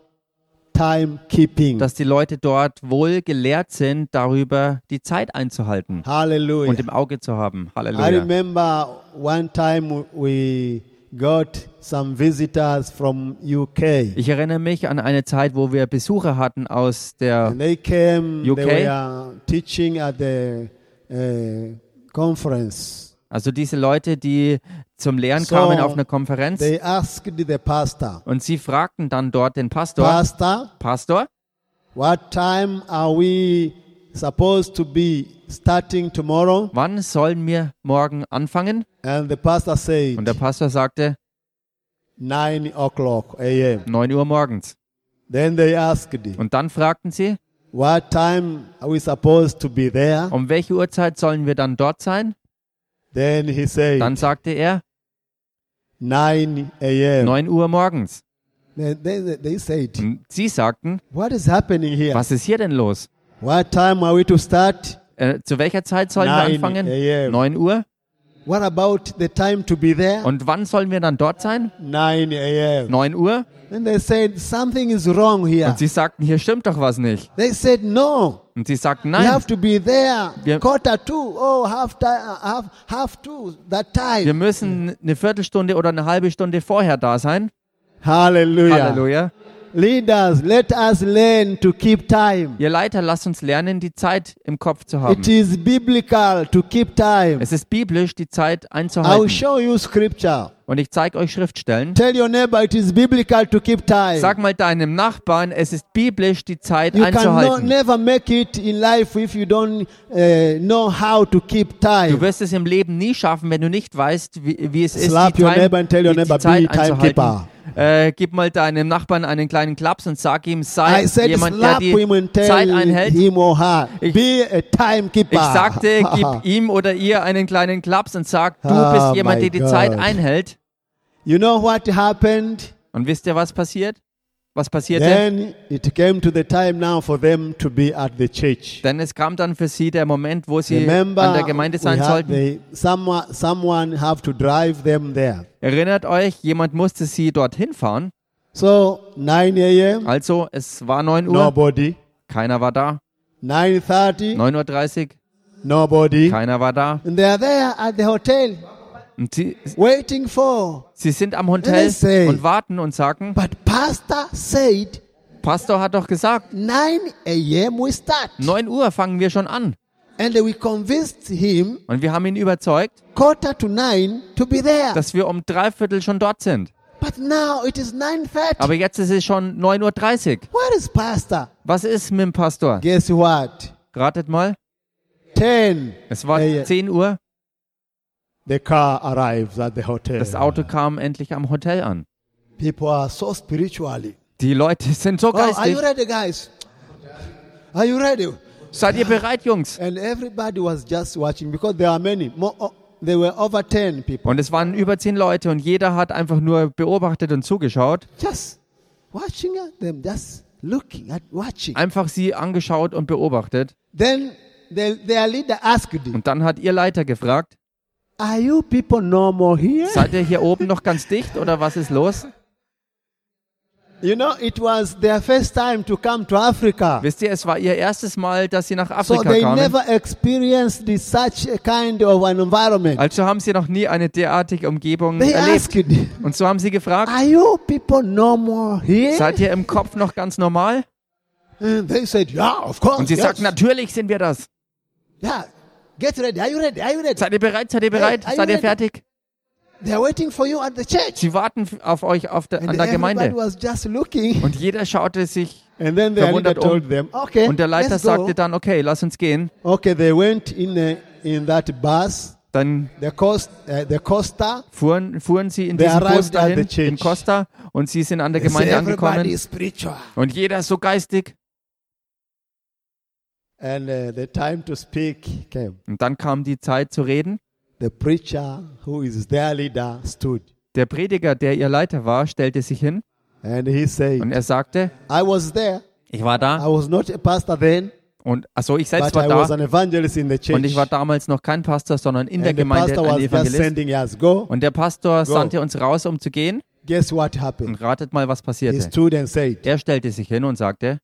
Speaker 1: timekeeping.
Speaker 2: dass die Leute dort wohl gelehrt sind, darüber die Zeit einzuhalten
Speaker 1: Hallelujah.
Speaker 2: und im Auge zu haben.
Speaker 1: I
Speaker 2: Halleluja.
Speaker 1: remember one time we got some visitors from UK.
Speaker 2: Ich erinnere mich an eine Zeit, wo wir Besucher hatten aus der
Speaker 1: And they came,
Speaker 2: UK?
Speaker 1: they were teaching at the uh, conference.
Speaker 2: also diese Leute, die zum Lehren kamen
Speaker 1: So,
Speaker 2: auf einer Konferenz
Speaker 1: They asked the pastor,
Speaker 2: und sie fragten dann dort den Pastor,
Speaker 1: Pastor,
Speaker 2: Pastor,
Speaker 1: what time are we supposed to be starting tomorrow?
Speaker 2: wann sollen wir morgen anfangen?
Speaker 1: And the pastor
Speaker 2: Und der
Speaker 1: said,
Speaker 2: Pastor sagte
Speaker 1: 9 o'clock a.m.
Speaker 2: 9 Uhr morgens.
Speaker 1: Then they asked,
Speaker 2: Und dann fragten sie,
Speaker 1: what time are we supposed to be there?
Speaker 2: um welche Uhrzeit sollen wir dann dort sein?
Speaker 1: Then he said,
Speaker 2: Dann sagte er
Speaker 1: 9 a.m.
Speaker 2: 9 Uhr morgens.
Speaker 1: They, they, they said,
Speaker 2: Und sie sagten,
Speaker 1: What is happening here?
Speaker 2: was ist hier denn los?
Speaker 1: What time are we to start?
Speaker 2: Äh, zu welcher Zeit sollen wir
Speaker 1: 9
Speaker 2: anfangen?
Speaker 1: AM.
Speaker 2: 9 Uhr.
Speaker 1: What about the time to be there?
Speaker 2: Und wann sollen wir dann dort sein?
Speaker 1: 9 a.m.
Speaker 2: 9 Uhr.
Speaker 1: And they said, Something is wrong here.
Speaker 2: Und sie sagten, hier stimmt doch was nicht.
Speaker 1: They said, No,
Speaker 2: Und sie sagten,
Speaker 1: we
Speaker 2: nein,
Speaker 1: have to be there
Speaker 2: Wir-
Speaker 1: quarter to, oh, half, ti- half, half to, that
Speaker 2: wir
Speaker 1: time.
Speaker 2: müssen eine Viertelstunde oder eine halbe Stunde vorher da sein.
Speaker 1: Hallelujah.
Speaker 2: Halleluja.
Speaker 1: Leaders, let us learn to keep time.
Speaker 2: Ihr Leiter, lasst uns lernen, die Zeit im Kopf zu haben.
Speaker 1: It is biblical to keep time.
Speaker 2: Es ist biblisch, die Zeit
Speaker 1: I'll
Speaker 2: einzuhalten.
Speaker 1: show you scripture.
Speaker 2: Und ich zeige euch Schriftstellen.
Speaker 1: Tell your neighbor it is biblical to keep time.
Speaker 2: Sag mal deinem Nachbarn, es ist biblisch, die Zeit
Speaker 1: you can no-
Speaker 2: einzuhalten.
Speaker 1: never make it in life if you don't uh, know how to keep
Speaker 2: Du
Speaker 1: time.
Speaker 2: wirst es im Leben nie schaffen, wenn du nicht weißt, wie, wie es ist,
Speaker 1: Slap
Speaker 2: die,
Speaker 1: your
Speaker 2: Time,
Speaker 1: neighbor and tell your
Speaker 2: die
Speaker 1: neighbor,
Speaker 2: Zeit
Speaker 1: be timekeeper.
Speaker 2: einzuhalten. Äh, gib mal deinem Nachbarn einen kleinen Klaps und sag ihm, sei
Speaker 1: I said
Speaker 2: jemand, der
Speaker 1: slap
Speaker 2: die
Speaker 1: him and
Speaker 2: Zeit
Speaker 1: tell
Speaker 2: einhält.
Speaker 1: him or her.
Speaker 2: Ich-
Speaker 1: be a timekeeper.
Speaker 2: Ich sagte, gib ihm oder ihr einen kleinen Klaps und sag, du
Speaker 1: Oh
Speaker 2: bist jemand, der
Speaker 1: my
Speaker 2: die Zeit
Speaker 1: God.
Speaker 2: einhält.
Speaker 1: you know what happened?
Speaker 2: Und wisst ihr, was passiert? Was passierte?
Speaker 1: Then it came to the time now for them to be at the church.
Speaker 2: Denn es kam dann für sie der Moment, wo sie
Speaker 1: Remember,
Speaker 2: an der Gemeinde sein
Speaker 1: we had
Speaker 2: sollten.
Speaker 1: the, someone, someone have to drive them there.
Speaker 2: Erinnert euch, jemand musste sie dorthin fahren.
Speaker 1: So 9 a.m.
Speaker 2: Also, es war 9 Uhr,
Speaker 1: nobody.
Speaker 2: keiner war da.
Speaker 1: 9:30.
Speaker 2: 9.30 Uhr,
Speaker 1: Nobody.
Speaker 2: Keiner war da.
Speaker 1: And they are there at the hotel
Speaker 2: Und sie,
Speaker 1: waiting for.
Speaker 2: sie sind am Hotel
Speaker 1: Let's say-
Speaker 2: und warten und sagen,
Speaker 1: But pastor said
Speaker 2: Pastor hat doch gesagt,
Speaker 1: 9 a.m. we start.
Speaker 2: 9 Uhr fangen wir schon an.
Speaker 1: And we convinced him
Speaker 2: Und wir haben ihn überzeugt,
Speaker 1: quarter to 9 to be there.
Speaker 2: dass wir um dreiviertel schon dort sind.
Speaker 1: But now it is 9.30.
Speaker 2: Aber jetzt ist es schon 9.30 Uhr.
Speaker 1: Where is pastor?
Speaker 2: Was ist mit dem Pastor?
Speaker 1: Guess what?
Speaker 2: Ratet mal.
Speaker 1: 10.
Speaker 2: Es war
Speaker 1: Hey, yeah.
Speaker 2: 10 Uhr.
Speaker 1: The car arrives at the hotel.
Speaker 2: Das Auto kam endlich am Hotel an.
Speaker 1: People are so spiritually.
Speaker 2: Die Leute sind so
Speaker 1: Oh, are
Speaker 2: geistig.
Speaker 1: you ready, guys? Are you ready?
Speaker 2: Seid ihr bereit, Jungs?
Speaker 1: And everybody was just watching because there are many. More, oh, there were over 10 people.
Speaker 2: Und es waren über zehn Leute und jeder hat einfach nur beobachtet und zugeschaut.
Speaker 1: Just watching at them, just looking at watching.
Speaker 2: Einfach sie angeschaut und beobachtet.
Speaker 1: Then the, their leader asked,
Speaker 2: Und dann hat ihr Leiter gefragt,
Speaker 1: Are you people normal here?
Speaker 2: seid ihr hier oben noch ganz dicht oder was ist los?
Speaker 1: You know, it was their first time to come to Africa.
Speaker 2: Wisst ihr, es war ihr erstes Mal, dass sie nach
Speaker 1: So
Speaker 2: Afrika
Speaker 1: they
Speaker 2: kamen.
Speaker 1: never experienced this- such a kind of an environment.
Speaker 2: Also haben sie noch nie eine derartige Umgebung
Speaker 1: They
Speaker 2: erlebt.
Speaker 1: asked,
Speaker 2: Und so haben sie gefragt,
Speaker 1: Are you people normal here?
Speaker 2: seid ihr im Kopf noch ganz normal?
Speaker 1: And they said, Yeah, of course.
Speaker 2: Und sie
Speaker 1: yes.
Speaker 2: sagten, natürlich sind wir das.
Speaker 1: Yeah. Get ready. Are you ready? Are you ready?
Speaker 2: Seid ihr bereit? Seid ihr bereit?
Speaker 1: Hey, are
Speaker 2: Seid
Speaker 1: you
Speaker 2: ihr
Speaker 1: ready?
Speaker 2: fertig?
Speaker 1: They're waiting for you at the church.
Speaker 2: Sie warten f- auf euch auf der, an
Speaker 1: And
Speaker 2: der
Speaker 1: everybody
Speaker 2: Gemeinde.
Speaker 1: was just looking.
Speaker 2: Und jeder schaute sich
Speaker 1: And then the leader
Speaker 2: verwundert
Speaker 1: told
Speaker 2: um.
Speaker 1: them, okay,
Speaker 2: Und der Leiter
Speaker 1: let's go.
Speaker 2: sagte dann, okay, lass uns gehen.
Speaker 1: Okay, they went in a, in that bus,
Speaker 2: Dann
Speaker 1: the coast, uh, the costa.
Speaker 2: fuhren, fuhren sie in
Speaker 1: They
Speaker 2: diesen Bus
Speaker 1: arrived at
Speaker 2: dahin,
Speaker 1: the church.
Speaker 2: in Costa, und sie sind an der
Speaker 1: They say,
Speaker 2: Gemeinde
Speaker 1: everybody
Speaker 2: angekommen.
Speaker 1: is spiritual.
Speaker 2: Und jeder ist so geistig.
Speaker 1: And uh, the time to speak came.
Speaker 2: Und dann kam die Zeit zu reden.
Speaker 1: The preacher, who is their leader, stood.
Speaker 2: Der Prediger, der ihr Leiter war, stellte sich hin
Speaker 1: And he
Speaker 2: und
Speaker 1: said,
Speaker 2: er sagte,
Speaker 1: I was there.
Speaker 2: ich war
Speaker 1: I
Speaker 2: da.
Speaker 1: was not a pastor then,
Speaker 2: Und also ich selbst
Speaker 1: but I
Speaker 2: war
Speaker 1: was
Speaker 2: da.
Speaker 1: an evangelist in the church.
Speaker 2: Und ich war damals noch kein Pastor, sondern in der
Speaker 1: and the
Speaker 2: Gemeinde
Speaker 1: pastor
Speaker 2: ein
Speaker 1: was just
Speaker 2: Evangelist.
Speaker 1: sending us, go.
Speaker 2: Und der Pastor
Speaker 1: Go.
Speaker 2: sandte uns raus, um zu gehen.
Speaker 1: Guess what happened?
Speaker 2: Und ratet mal, was
Speaker 1: He
Speaker 2: passierte.
Speaker 1: stood and said,
Speaker 2: Er stellte sich hin und sagte,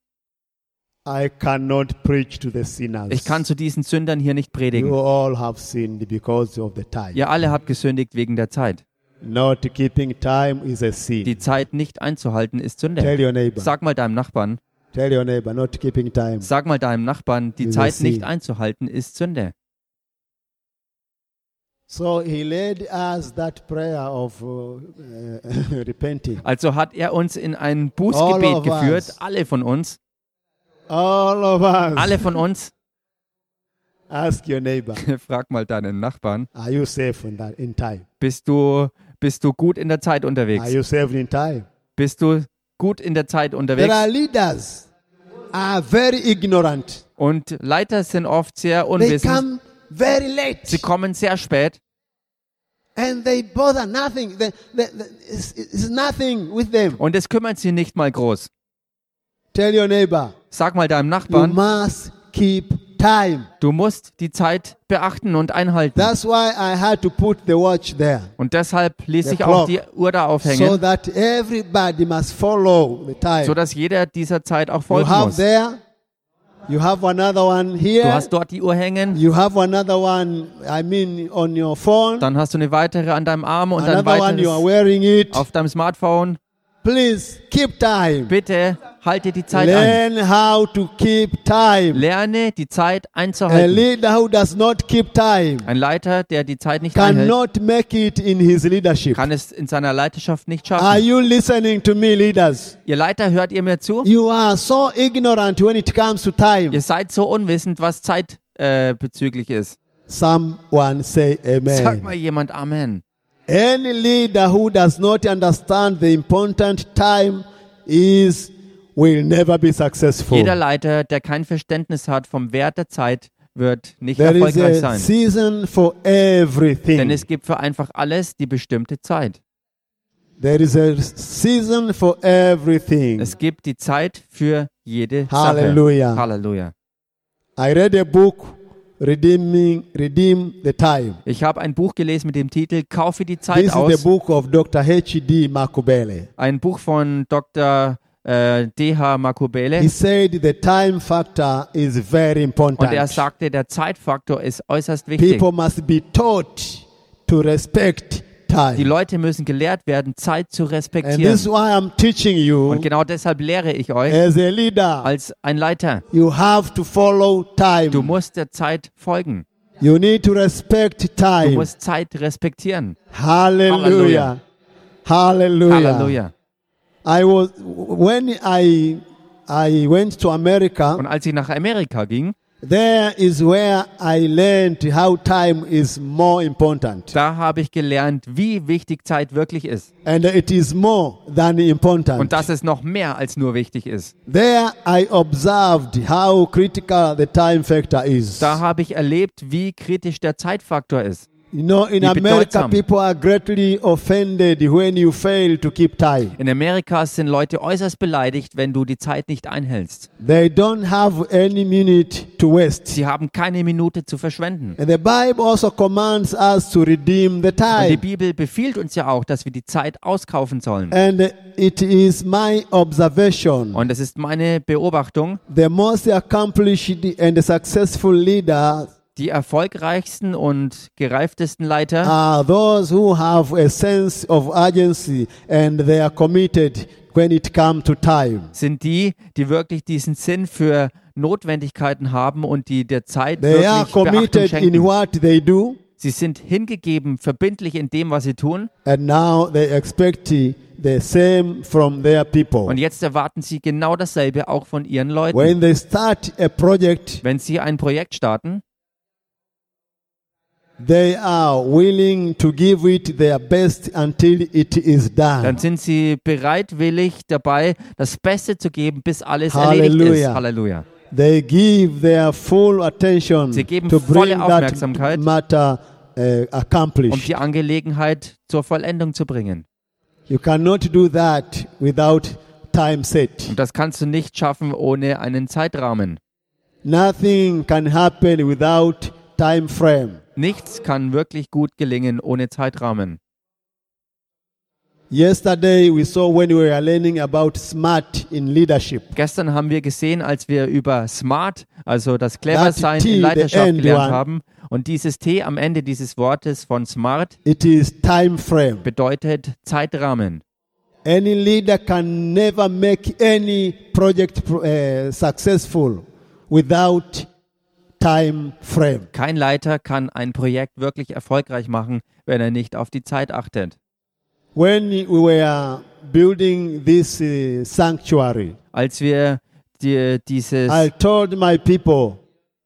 Speaker 1: I cannot preach to the sinners.
Speaker 2: ich kann zu diesen Sündern hier nicht
Speaker 1: You
Speaker 2: predigen.
Speaker 1: all have sinned because of the time.
Speaker 2: Ihr alle habt gesündigt wegen der Zeit.
Speaker 1: Not keeping time is a sin.
Speaker 2: Die Zeit nicht einzuhalten ist
Speaker 1: Tell
Speaker 2: Sünde.
Speaker 1: your neighbor.
Speaker 2: Sag mal deinem Nachbarn,
Speaker 1: Tell your neighbor, not keeping time.
Speaker 2: sag mal deinem Nachbarn, die
Speaker 1: Wir
Speaker 2: Zeit
Speaker 1: sehen.
Speaker 2: nicht einzuhalten ist Sünde.
Speaker 1: So he led us that prayer of uh, uh, repenting.
Speaker 2: Also hat er uns in ein
Speaker 1: All
Speaker 2: Bußgebet
Speaker 1: of us.
Speaker 2: geführt, alle von uns,
Speaker 1: All of us.
Speaker 2: alle von uns.
Speaker 1: Ask your neighbor,
Speaker 2: Frag mal deinen Nachbarn,
Speaker 1: are you safe in that in time?
Speaker 2: bist du, bist du gut in der Zeit
Speaker 1: Are
Speaker 2: unterwegs?
Speaker 1: you safe in time?
Speaker 2: Bist du gut in der Zeit
Speaker 1: There
Speaker 2: unterwegs?
Speaker 1: are leaders are very ignorant.
Speaker 2: Und Leiter sind oft sehr
Speaker 1: They
Speaker 2: unwissend.
Speaker 1: come very late
Speaker 2: Sie kommen sehr spät
Speaker 1: and they bother nothing. They, they, they, it's, it's nothing with them.
Speaker 2: und es kümmert sie nicht mal groß.
Speaker 1: Tell your neighbor,
Speaker 2: Sag mal deinem
Speaker 1: you
Speaker 2: Nachbarn,
Speaker 1: must keep time.
Speaker 2: du musst die Zeit beachten und einhalten.
Speaker 1: That's why I had to put the watch there.
Speaker 2: Und deshalb ließ
Speaker 1: The
Speaker 2: ich auch
Speaker 1: clock.
Speaker 2: die Uhr da
Speaker 1: So
Speaker 2: aufhängen,
Speaker 1: that everybody must follow the time.
Speaker 2: sodass jeder dieser Zeit auch
Speaker 1: You
Speaker 2: folgen
Speaker 1: have
Speaker 2: muss.
Speaker 1: there, you have another one
Speaker 2: Du
Speaker 1: here,
Speaker 2: hast dort die Uhr hängen,
Speaker 1: you have another one, I mean, on your phone,
Speaker 2: dann hast du eine weitere an deinem Arm und ein
Speaker 1: another one you are
Speaker 2: weiteres
Speaker 1: wearing it.
Speaker 2: auf deinem Smartphone.
Speaker 1: Please keep time.
Speaker 2: Bitte halte die Zeit an.
Speaker 1: Learn how to keep time.
Speaker 2: Lerne die Zeit
Speaker 1: A
Speaker 2: einzuhalten.
Speaker 1: leader who does not keep time
Speaker 2: Ein Leiter, der die Zeit nicht einhält,
Speaker 1: cannot make it in his leadership.
Speaker 2: kann es in seiner Leiterschaft nicht
Speaker 1: Are
Speaker 2: schaffen.
Speaker 1: you listening to me, leaders?
Speaker 2: Ihr Leiter, hört ihr mir zu?
Speaker 1: You are so ignorant when it comes to time.
Speaker 2: Ihr seid so unwissend, was Zeit äh, bezüglich ist.
Speaker 1: Someone say
Speaker 2: Sag
Speaker 1: amen.
Speaker 2: mal jemand Amen.
Speaker 1: Any leader who does not understand the important time is will never be successful.
Speaker 2: Jeder Leiter, der kein Verständnis hat vom Wert der Zeit, wird nicht
Speaker 1: There is
Speaker 2: erfolgreich
Speaker 1: a
Speaker 2: sein.
Speaker 1: season for
Speaker 2: Denn
Speaker 1: everything.
Speaker 2: es gibt für einfach alles die bestimmte Zeit.
Speaker 1: There is a season for everything.
Speaker 2: Es gibt die Zeit für jede
Speaker 1: Halleluja.
Speaker 2: Sache. Halleluja.
Speaker 1: I read a book redeeming redeem the time.
Speaker 2: Ich habe ein Buch gelesen mit dem Titel Kaufe die Zeit
Speaker 1: This is the
Speaker 2: aus.
Speaker 1: book of Dr. H. D. Makubele.
Speaker 2: Ein Buch von Dr. äh, D.H. Makubele.
Speaker 1: He said the time factor is very
Speaker 2: Und er
Speaker 1: important.
Speaker 2: sagte, der Zeitfaktor ist äußerst wichtig.
Speaker 1: People must be taught to respect
Speaker 2: Die
Speaker 1: time.
Speaker 2: Leute müssen gelehrt werden, Zeit zu
Speaker 1: And this is
Speaker 2: respektieren.
Speaker 1: why I'm teaching
Speaker 2: Und
Speaker 1: you
Speaker 2: genau deshalb lehre ich euch
Speaker 1: as a leader.
Speaker 2: als ein Leiter.
Speaker 1: You have to follow
Speaker 2: Du
Speaker 1: time.
Speaker 2: musst der Zeit folgen.
Speaker 1: You need to respect
Speaker 2: Du
Speaker 1: time.
Speaker 2: musst Zeit respektieren.
Speaker 1: Hallelujah. Hallelujah.
Speaker 2: Halleluja.
Speaker 1: I was when I I went to America.
Speaker 2: Und als ich nach Amerika ging,
Speaker 1: There is where I learned how time is more important.
Speaker 2: da habe ich gelernt, wie wichtig Zeit wirklich ist.
Speaker 1: And it is more than important.
Speaker 2: Und dass es noch mehr als nur wichtig ist.
Speaker 1: There I observed how critical the time factor is.
Speaker 2: Da habe ich erlebt, wie kritisch der Zeitfaktor ist.
Speaker 1: You know, in
Speaker 2: Wie
Speaker 1: America,
Speaker 2: bedeutsam.
Speaker 1: people are greatly offended when you fail to keep time.
Speaker 2: In Amerika sind Leute äußerst beleidigt, wenn du die Zeit nicht einhältst.
Speaker 1: They don't have any minute to waste.
Speaker 2: Sie haben keine Minute zu verschwenden.
Speaker 1: And the Bible also commands us to redeem the
Speaker 2: Und die
Speaker 1: time.
Speaker 2: Bibel befiehlt uns ja auch, dass wir die Zeit auskaufen sollen.
Speaker 1: And it is my observation
Speaker 2: Und das ist meine Beobachtung.
Speaker 1: The most accomplished and successful leaders
Speaker 2: Die erfolgreichsten und gereiftesten Leiter
Speaker 1: are those who have a sense of urgency and they are committed when it comes to time.
Speaker 2: sind die, die wirklich diesen Sinn für Notwendigkeiten haben und die der Zeit
Speaker 1: They are
Speaker 2: wirklich Beachtung
Speaker 1: committed in
Speaker 2: schenken.
Speaker 1: what they do,
Speaker 2: Sie sind hingegeben, verbindlich in dem, was sie tun.
Speaker 1: and now they expect the same from their people.
Speaker 2: Und jetzt erwarten sie genau dasselbe auch von ihren Leuten.
Speaker 1: When they start a project,
Speaker 2: Wenn sie ein Projekt starten,
Speaker 1: they are willing to give it their best until it is
Speaker 2: dann
Speaker 1: done.
Speaker 2: sind sie bereitwillig dabei, das Beste zu geben, bis alles erledigt
Speaker 1: Halleluja.
Speaker 2: ist. Halleluja.
Speaker 1: They give their full attention
Speaker 2: Sie geben
Speaker 1: to
Speaker 2: volle
Speaker 1: bring that
Speaker 2: Aufmerksamkeit.
Speaker 1: matter uh,
Speaker 2: um
Speaker 1: accomplished.
Speaker 2: die Angelegenheit zur Vollendung zu bringen.
Speaker 1: You cannot do that without time set.
Speaker 2: Und das kannst du nicht schaffen ohne einen Zeitrahmen.
Speaker 1: Nothing can happen without time frame.
Speaker 2: Nichts kann wirklich gut gelingen ohne Zeitrahmen.
Speaker 1: Yesterday we saw when we were learning about smart in leadership.
Speaker 2: Gestern haben wir gesehen, als wir über Smart, also das Cleversein
Speaker 1: That T,
Speaker 2: in
Speaker 1: the
Speaker 2: Leiterschaft
Speaker 1: end
Speaker 2: gelernt
Speaker 1: one.
Speaker 2: haben, und dieses T am Ende dieses Wortes von Smart
Speaker 1: It is time frame.
Speaker 2: bedeutet Zeitrahmen.
Speaker 1: Any leader can never make any project pro- uh, successful without time frame.
Speaker 2: Kein Leiter kann ein Projekt wirklich erfolgreich machen, wenn er nicht auf die Zeit achtet.
Speaker 1: When we were building this uh, sanctuary,
Speaker 2: Als wir die,
Speaker 1: I
Speaker 2: dieses,
Speaker 1: told my people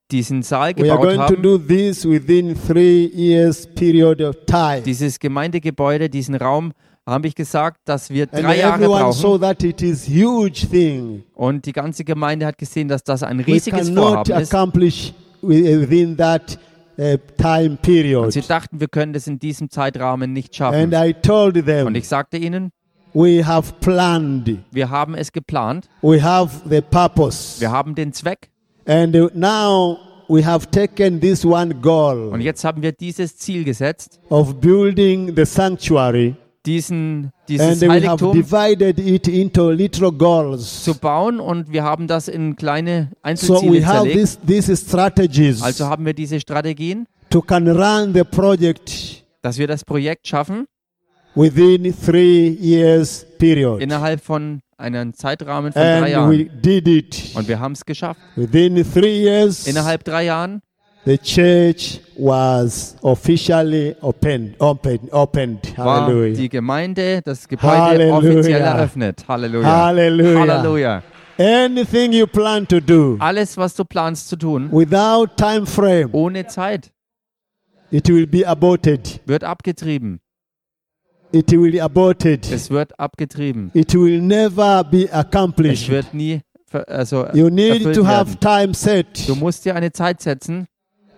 Speaker 2: diesen Saal
Speaker 1: Halt. We are
Speaker 2: gebaut
Speaker 1: going to
Speaker 2: haben,
Speaker 1: do this within three years period of time.
Speaker 2: dieses Gemeindegebäude, diesen Raum, habe ich gesagt, dass wir
Speaker 1: And
Speaker 2: drei Jahre
Speaker 1: everyone saw
Speaker 2: brauchen.
Speaker 1: that it is huge thing.
Speaker 2: Und die ganze Gemeinde hat gesehen, dass das ein
Speaker 1: We
Speaker 2: riesiges
Speaker 1: cannot
Speaker 2: Vorhaben ist.
Speaker 1: accomplish wi- within that uh, time
Speaker 2: Und sie
Speaker 1: period.
Speaker 2: dachten, wir können das in diesem Zeitrahmen nicht
Speaker 1: And
Speaker 2: schaffen.
Speaker 1: I told
Speaker 2: Und
Speaker 1: them,
Speaker 2: ich sagte ihnen,
Speaker 1: we have planned,
Speaker 2: wir haben es geplant,
Speaker 1: we have the purpose.
Speaker 2: wir haben den Zweck
Speaker 1: And uh, now we have taken this one goal
Speaker 2: und jetzt haben wir dieses Ziel gesetzt,
Speaker 1: of building the sanctuary.
Speaker 2: diesen,
Speaker 1: And
Speaker 2: dieses
Speaker 1: we have
Speaker 2: Heiligtum
Speaker 1: divided it into little goals.
Speaker 2: zu bauen und wir haben das in kleine
Speaker 1: So we
Speaker 2: Einzelziele
Speaker 1: have
Speaker 2: zerlegt.
Speaker 1: this, these strategies
Speaker 2: Also haben wir diese Strategien,
Speaker 1: to can run the project
Speaker 2: dass wir das Projekt schaffen
Speaker 1: within three years period.
Speaker 2: innerhalb von einem Zeitrahmen von drei
Speaker 1: And
Speaker 2: Jahren.
Speaker 1: we did it.
Speaker 2: Und wir haben es geschafft.
Speaker 1: Within three years,
Speaker 2: Innerhalb drei Jahren
Speaker 1: the church was officially open, open, opened.
Speaker 2: war
Speaker 1: Hallelujah.
Speaker 2: die Gemeinde, das Gebäude
Speaker 1: Halleluja.
Speaker 2: offiziell eröffnet. Halleluja.
Speaker 1: Halleluja.
Speaker 2: Halleluja.
Speaker 1: Anything you plan to do
Speaker 2: Alles, was du planst zu tun,
Speaker 1: without time frame,
Speaker 2: ohne Zeit,
Speaker 1: it will be aborted.
Speaker 2: wird abgetrieben.
Speaker 1: It will be aborted.
Speaker 2: Es wird abgetrieben.
Speaker 1: It will never be
Speaker 2: Es
Speaker 1: accomplished.
Speaker 2: wird nie ver- also
Speaker 1: You need
Speaker 2: erfüllt
Speaker 1: to
Speaker 2: werden.
Speaker 1: have time set
Speaker 2: Du musst dir eine Zeit setzen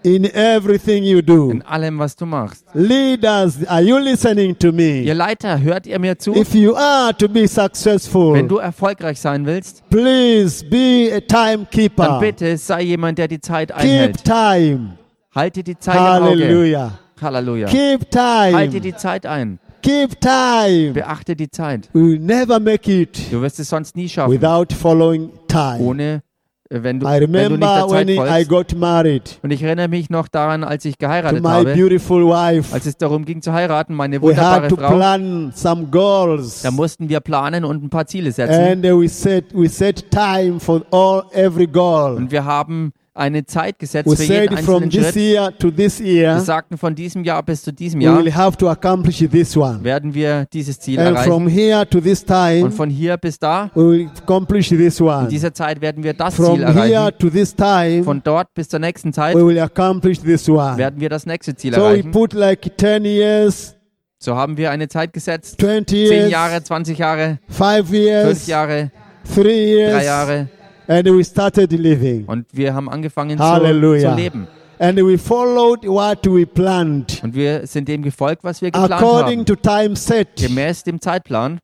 Speaker 1: in everything you do.
Speaker 2: in allem, was du machst.
Speaker 1: Leaders, are you listening to
Speaker 2: Ihr
Speaker 1: me?
Speaker 2: Leiter, hört ihr mir zu?
Speaker 1: If you are to be
Speaker 2: Wenn
Speaker 1: successful,
Speaker 2: du erfolgreich sein willst,
Speaker 1: please be a
Speaker 2: dann
Speaker 1: timekeeper.
Speaker 2: bitte sei jemand, der die Zeit
Speaker 1: Keep
Speaker 2: einhält.
Speaker 1: time.
Speaker 2: Halte die Zeit im Auge.
Speaker 1: Hallelujah.
Speaker 2: Halleluja.
Speaker 1: Keep
Speaker 2: Halte
Speaker 1: time.
Speaker 2: die Zeit ein.
Speaker 1: Keep time.
Speaker 2: Beachte die Zeit.
Speaker 1: We will never make it
Speaker 2: Du wirst es sonst nie schaffen,
Speaker 1: without following time.
Speaker 2: ohne, äh, wenn du,
Speaker 1: I
Speaker 2: wenn du nicht
Speaker 1: remember
Speaker 2: der
Speaker 1: when
Speaker 2: Zeit
Speaker 1: I
Speaker 2: folgst.
Speaker 1: got married
Speaker 2: Und ich erinnere mich noch daran, als ich
Speaker 1: to
Speaker 2: geheiratet
Speaker 1: my
Speaker 2: habe,
Speaker 1: beautiful wife.
Speaker 2: als es darum ging zu heiraten, meine
Speaker 1: We had
Speaker 2: wunderbare
Speaker 1: to
Speaker 2: Frau,
Speaker 1: plan some goals.
Speaker 2: da mussten wir planen und ein paar Ziele setzen.
Speaker 1: And we set we set time for all every goal.
Speaker 2: Und wir haben eine Zeit gesetzt
Speaker 1: We
Speaker 2: für jeden
Speaker 1: said from
Speaker 2: einzelnen
Speaker 1: this
Speaker 2: Schritt.
Speaker 1: year to this
Speaker 2: Wir
Speaker 1: year
Speaker 2: sagten, von diesem Jahr bis zu diesem
Speaker 1: we
Speaker 2: Jahr
Speaker 1: will have to accomplish this one.
Speaker 2: werden wir dieses Ziel
Speaker 1: And
Speaker 2: erreichen.
Speaker 1: from here to this
Speaker 2: Und
Speaker 1: time
Speaker 2: von hier bis da,
Speaker 1: we will accomplish this
Speaker 2: in
Speaker 1: one.
Speaker 2: dieser Zeit werden wir das Ziel
Speaker 1: From here
Speaker 2: erreichen.
Speaker 1: to this time
Speaker 2: Von dort bis zur nächsten Zeit
Speaker 1: we will accomplish this one.
Speaker 2: werden wir das nächste Ziel
Speaker 1: So we
Speaker 2: erreichen.
Speaker 1: put like 10 years,
Speaker 2: So haben wir eine Zeit gesetzt.
Speaker 1: 20
Speaker 2: Zehn Jahre,
Speaker 1: years,
Speaker 2: 20 Jahre,
Speaker 1: 5
Speaker 2: fünf
Speaker 1: years,
Speaker 2: Jahre,
Speaker 1: 3
Speaker 2: drei
Speaker 1: years
Speaker 2: Jahre.
Speaker 1: and we started living.
Speaker 2: Und wir haben angefangen zu,
Speaker 1: Halleluja.
Speaker 2: zu leben.
Speaker 1: And we followed what we planned
Speaker 2: Und wir sind dem gefolgt, was wir geplant
Speaker 1: according
Speaker 2: haben.
Speaker 1: to time set.
Speaker 2: Gemäß dem Zeitplan.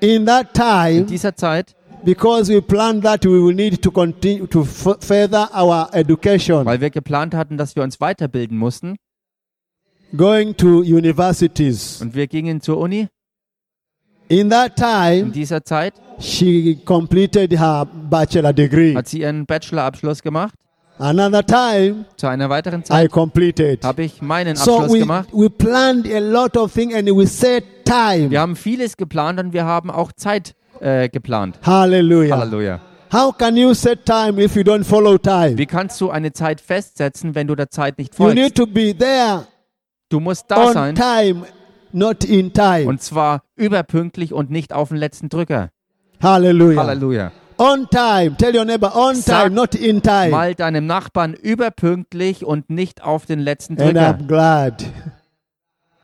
Speaker 1: In that
Speaker 2: In
Speaker 1: time,
Speaker 2: dieser Zeit,
Speaker 1: because we planned that we will need to continue to f- further our education,
Speaker 2: weil wir geplant hatten, dass wir uns weiterbilden mussten.
Speaker 1: going to universities.
Speaker 2: Und wir gingen zur Uni.
Speaker 1: In that
Speaker 2: In
Speaker 1: time,
Speaker 2: dieser Zeit
Speaker 1: she completed her bachelor degree.
Speaker 2: hat sie ihren Bachelorabschluss gemacht.
Speaker 1: Another time,
Speaker 2: Zu einer weiteren Zeit
Speaker 1: I completed.
Speaker 2: habe ich meinen
Speaker 1: So
Speaker 2: Abschluss
Speaker 1: we,
Speaker 2: gemacht.
Speaker 1: we planned a lot of things and we set
Speaker 2: Wir
Speaker 1: time.
Speaker 2: haben vieles geplant und wir haben auch Zeit äh, geplant.
Speaker 1: Hallelujah.
Speaker 2: Halleluja.
Speaker 1: How can you set time if you don't follow time?
Speaker 2: Wie kannst du eine Zeit festsetzen, wenn du der Zeit nicht
Speaker 1: You need
Speaker 2: folgst?
Speaker 1: to be there
Speaker 2: Du musst da
Speaker 1: on
Speaker 2: sein
Speaker 1: time, not in time.
Speaker 2: und zwar überpünktlich und nicht auf den letzten Drücker.
Speaker 1: Hallelujah.
Speaker 2: Halleluja.
Speaker 1: On time. Tell your neighbor, on
Speaker 2: Sag
Speaker 1: time, not in time.
Speaker 2: Mal deinem Nachbarn überpünktlich und nicht auf den letzten
Speaker 1: And
Speaker 2: Drücker.
Speaker 1: I'm glad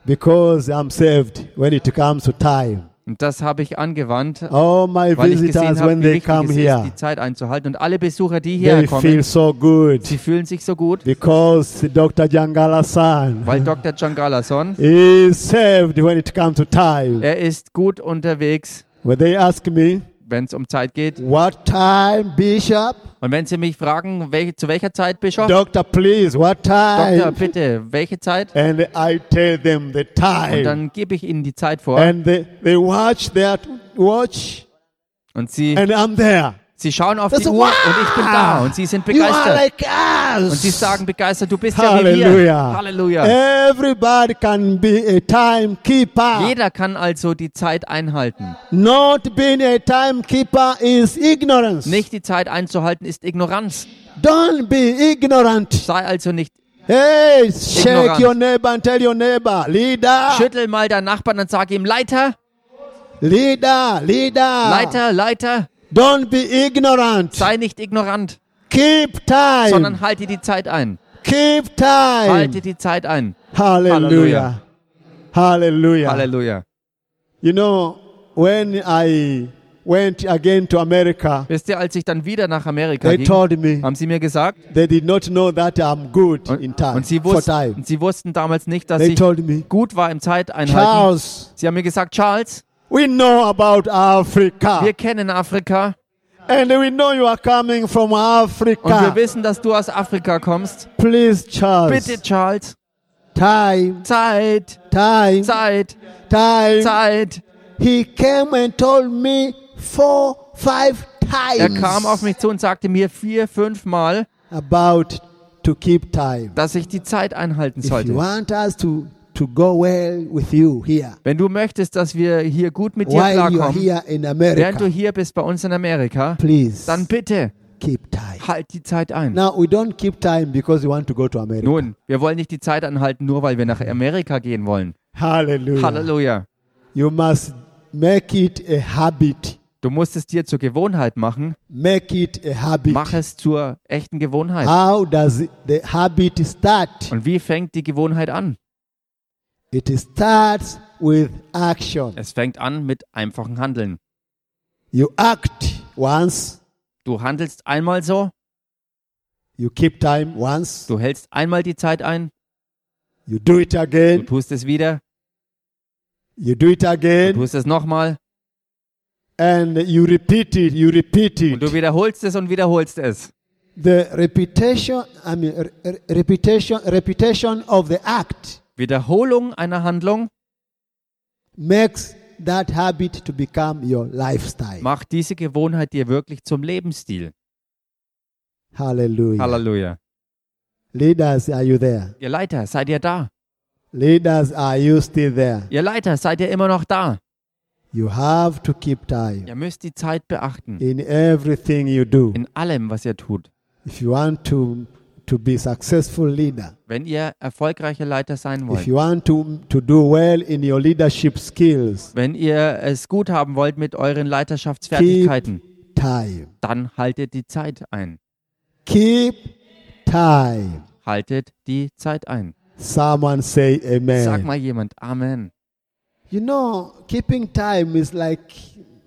Speaker 1: because I'm saved when it comes to time.
Speaker 2: Und das habe ich angewandt,
Speaker 1: All my
Speaker 2: weil ich gesehen
Speaker 1: visitors,
Speaker 2: habe,
Speaker 1: when
Speaker 2: wie
Speaker 1: they
Speaker 2: wichtig
Speaker 1: come
Speaker 2: es ist, die
Speaker 1: here,
Speaker 2: Zeit einzuhalten. Und alle Besucher, die
Speaker 1: they
Speaker 2: hierher kommen,
Speaker 1: feel so good
Speaker 2: sie fühlen sich so gut,
Speaker 1: because Dr. Jangala san
Speaker 2: weil Dr. Changalason,
Speaker 1: is saved when it comes to time.
Speaker 2: er ist gut unterwegs,
Speaker 1: When they ask me,
Speaker 2: wenn es um Zeit geht.
Speaker 1: what time, Bishop?
Speaker 2: Und wenn Sie mich fragen, wel zu welcher Zeit, Bischof?
Speaker 1: Doctor, please, what
Speaker 2: Doktor,
Speaker 1: time?
Speaker 2: bitte, welche Zeit?
Speaker 1: And I tell them the
Speaker 2: Und
Speaker 1: time.
Speaker 2: dann gebe ich Ihnen die Zeit vor.
Speaker 1: And they, they watch that watch
Speaker 2: und sie,
Speaker 1: and I'm there.
Speaker 2: sie schauen auf
Speaker 1: Das
Speaker 2: die
Speaker 1: ist
Speaker 2: Uhr
Speaker 1: so,
Speaker 2: und ich bin da. Und sie sind
Speaker 1: You are
Speaker 2: begeistert.
Speaker 1: like us.
Speaker 2: Und sie sagen begeistert, du bist ja wie wir.
Speaker 1: Hallelujah.
Speaker 2: Halleluja.
Speaker 1: Everybody can be a timekeeper.
Speaker 2: Jeder kann also die Zeit einhalten.
Speaker 1: Not being a timekeeper is ignorance.
Speaker 2: Nicht die Zeit einzuhalten ist Ignoranz.
Speaker 1: Don't be ignorant.
Speaker 2: Sei also nicht.
Speaker 1: Hey, shake
Speaker 2: Ignorant.
Speaker 1: your neighbor and tell your neighbor, leader,
Speaker 2: Schüttel mal deinen Nachbarn und sag ihm Leiter,
Speaker 1: leader, leader.
Speaker 2: Leiter, Leiter.
Speaker 1: Don't be ignorant.
Speaker 2: Sei nicht ignorant,
Speaker 1: Keep time.
Speaker 2: sondern halte die Zeit ein.
Speaker 1: Keep time.
Speaker 2: Halte die Zeit ein.
Speaker 1: Hallelujah. Hallelujah.
Speaker 2: Halleluja.
Speaker 1: You know, when I went again to America,
Speaker 2: Wisst ihr, als ich dann wieder nach Amerika
Speaker 1: they
Speaker 2: ging,
Speaker 1: told me
Speaker 2: haben sie mir gesagt,
Speaker 1: they did not know that I'm good in
Speaker 2: und,
Speaker 1: time
Speaker 2: und sie,
Speaker 1: for
Speaker 2: wussten,
Speaker 1: time.
Speaker 2: und sie wussten damals nicht, dass
Speaker 1: They
Speaker 2: ich
Speaker 1: told me,
Speaker 2: gut war im Zeiteinhalten.
Speaker 1: Charles,
Speaker 2: Sie haben mir gesagt, Charles,
Speaker 1: we know about Africa,
Speaker 2: wir kennen Afrika
Speaker 1: and we know you are coming from
Speaker 2: und wir
Speaker 1: Africa.
Speaker 2: wissen, dass du aus Afrika kommst.
Speaker 1: Please, Charles,
Speaker 2: Bitte, Charles,
Speaker 1: time,
Speaker 2: Zeit,
Speaker 1: time,
Speaker 2: Zeit,
Speaker 1: time.
Speaker 2: Zeit.
Speaker 1: He came and told me four, five
Speaker 2: Er kam auf
Speaker 1: times
Speaker 2: mich zu und sagte mir vier, fünf Mal,
Speaker 1: about to keep time.
Speaker 2: dass ich die Zeit einhalten
Speaker 1: If you
Speaker 2: sollte.
Speaker 1: want us to, to go well with you here,
Speaker 2: Wenn du möchtest, dass wir hier gut mit dir
Speaker 1: while you are
Speaker 2: klarkommen,
Speaker 1: here in
Speaker 2: während du
Speaker 1: America,
Speaker 2: hier bist bei uns in Amerika,
Speaker 1: please
Speaker 2: dann bitte
Speaker 1: keep time.
Speaker 2: halt die Zeit ein.
Speaker 1: Now, we don't keep time because we want to go to America.
Speaker 2: Nun, wir wollen nicht die Zeit anhalten, nur weil wir nach Amerika gehen wollen.
Speaker 1: Hallelujah.
Speaker 2: Halleluja.
Speaker 1: You must make it a habit.
Speaker 2: Du musst es dir zur Gewohnheit machen.
Speaker 1: Make it a habit.
Speaker 2: Mach es zur echten Gewohnheit.
Speaker 1: How does it- the habit start?
Speaker 2: Und wie fängt die Gewohnheit an?
Speaker 1: It starts with action.
Speaker 2: Es fängt an mit einfachen Handeln.
Speaker 1: You act once,
Speaker 2: Du handelst einmal so,
Speaker 1: you keep time once,
Speaker 2: du hältst einmal die Zeit ein,
Speaker 1: you do it
Speaker 2: du
Speaker 1: again,
Speaker 2: tust es wieder,
Speaker 1: you do it
Speaker 2: du
Speaker 1: again,
Speaker 2: tust es nochmal
Speaker 1: and you repeat it, you repeat
Speaker 2: und du
Speaker 1: it.
Speaker 2: wiederholst es und wiederholst es.
Speaker 1: The repetition, I mean, re- re- repetition, repetition of the act
Speaker 2: Wiederholung einer Handlung
Speaker 1: makes that habit to become your lifestyle.
Speaker 2: Mach diese Gewohnheit dir wirklich zum Lebensstil.
Speaker 1: Hallelujah.
Speaker 2: Halleluja.
Speaker 1: Leaders, are you there?
Speaker 2: Ihr Leiter, seid ihr da?
Speaker 1: Leaders, are you still there?
Speaker 2: Ihr Leiter, seid ihr immer noch da?
Speaker 1: You have to keep time
Speaker 2: Ihr müsst die Zeit beachten.
Speaker 1: in everything you do.
Speaker 2: In allem, was ihr tut.
Speaker 1: If you want to to be successful leader,
Speaker 2: Wenn ihr erfolgreiche Leiter sein
Speaker 1: if
Speaker 2: wollt.
Speaker 1: you want to to do well in your leadership skills,
Speaker 2: Wenn ihr es gut haben wollt mit euren Leiterschaftsfertigkeiten,
Speaker 1: time.
Speaker 2: dann haltet die Zeit ein.
Speaker 1: Keep time.
Speaker 2: Haltet die Zeit ein.
Speaker 1: Someone say amen.
Speaker 2: Sag mal jemand Amen.
Speaker 1: You know, keeping time is like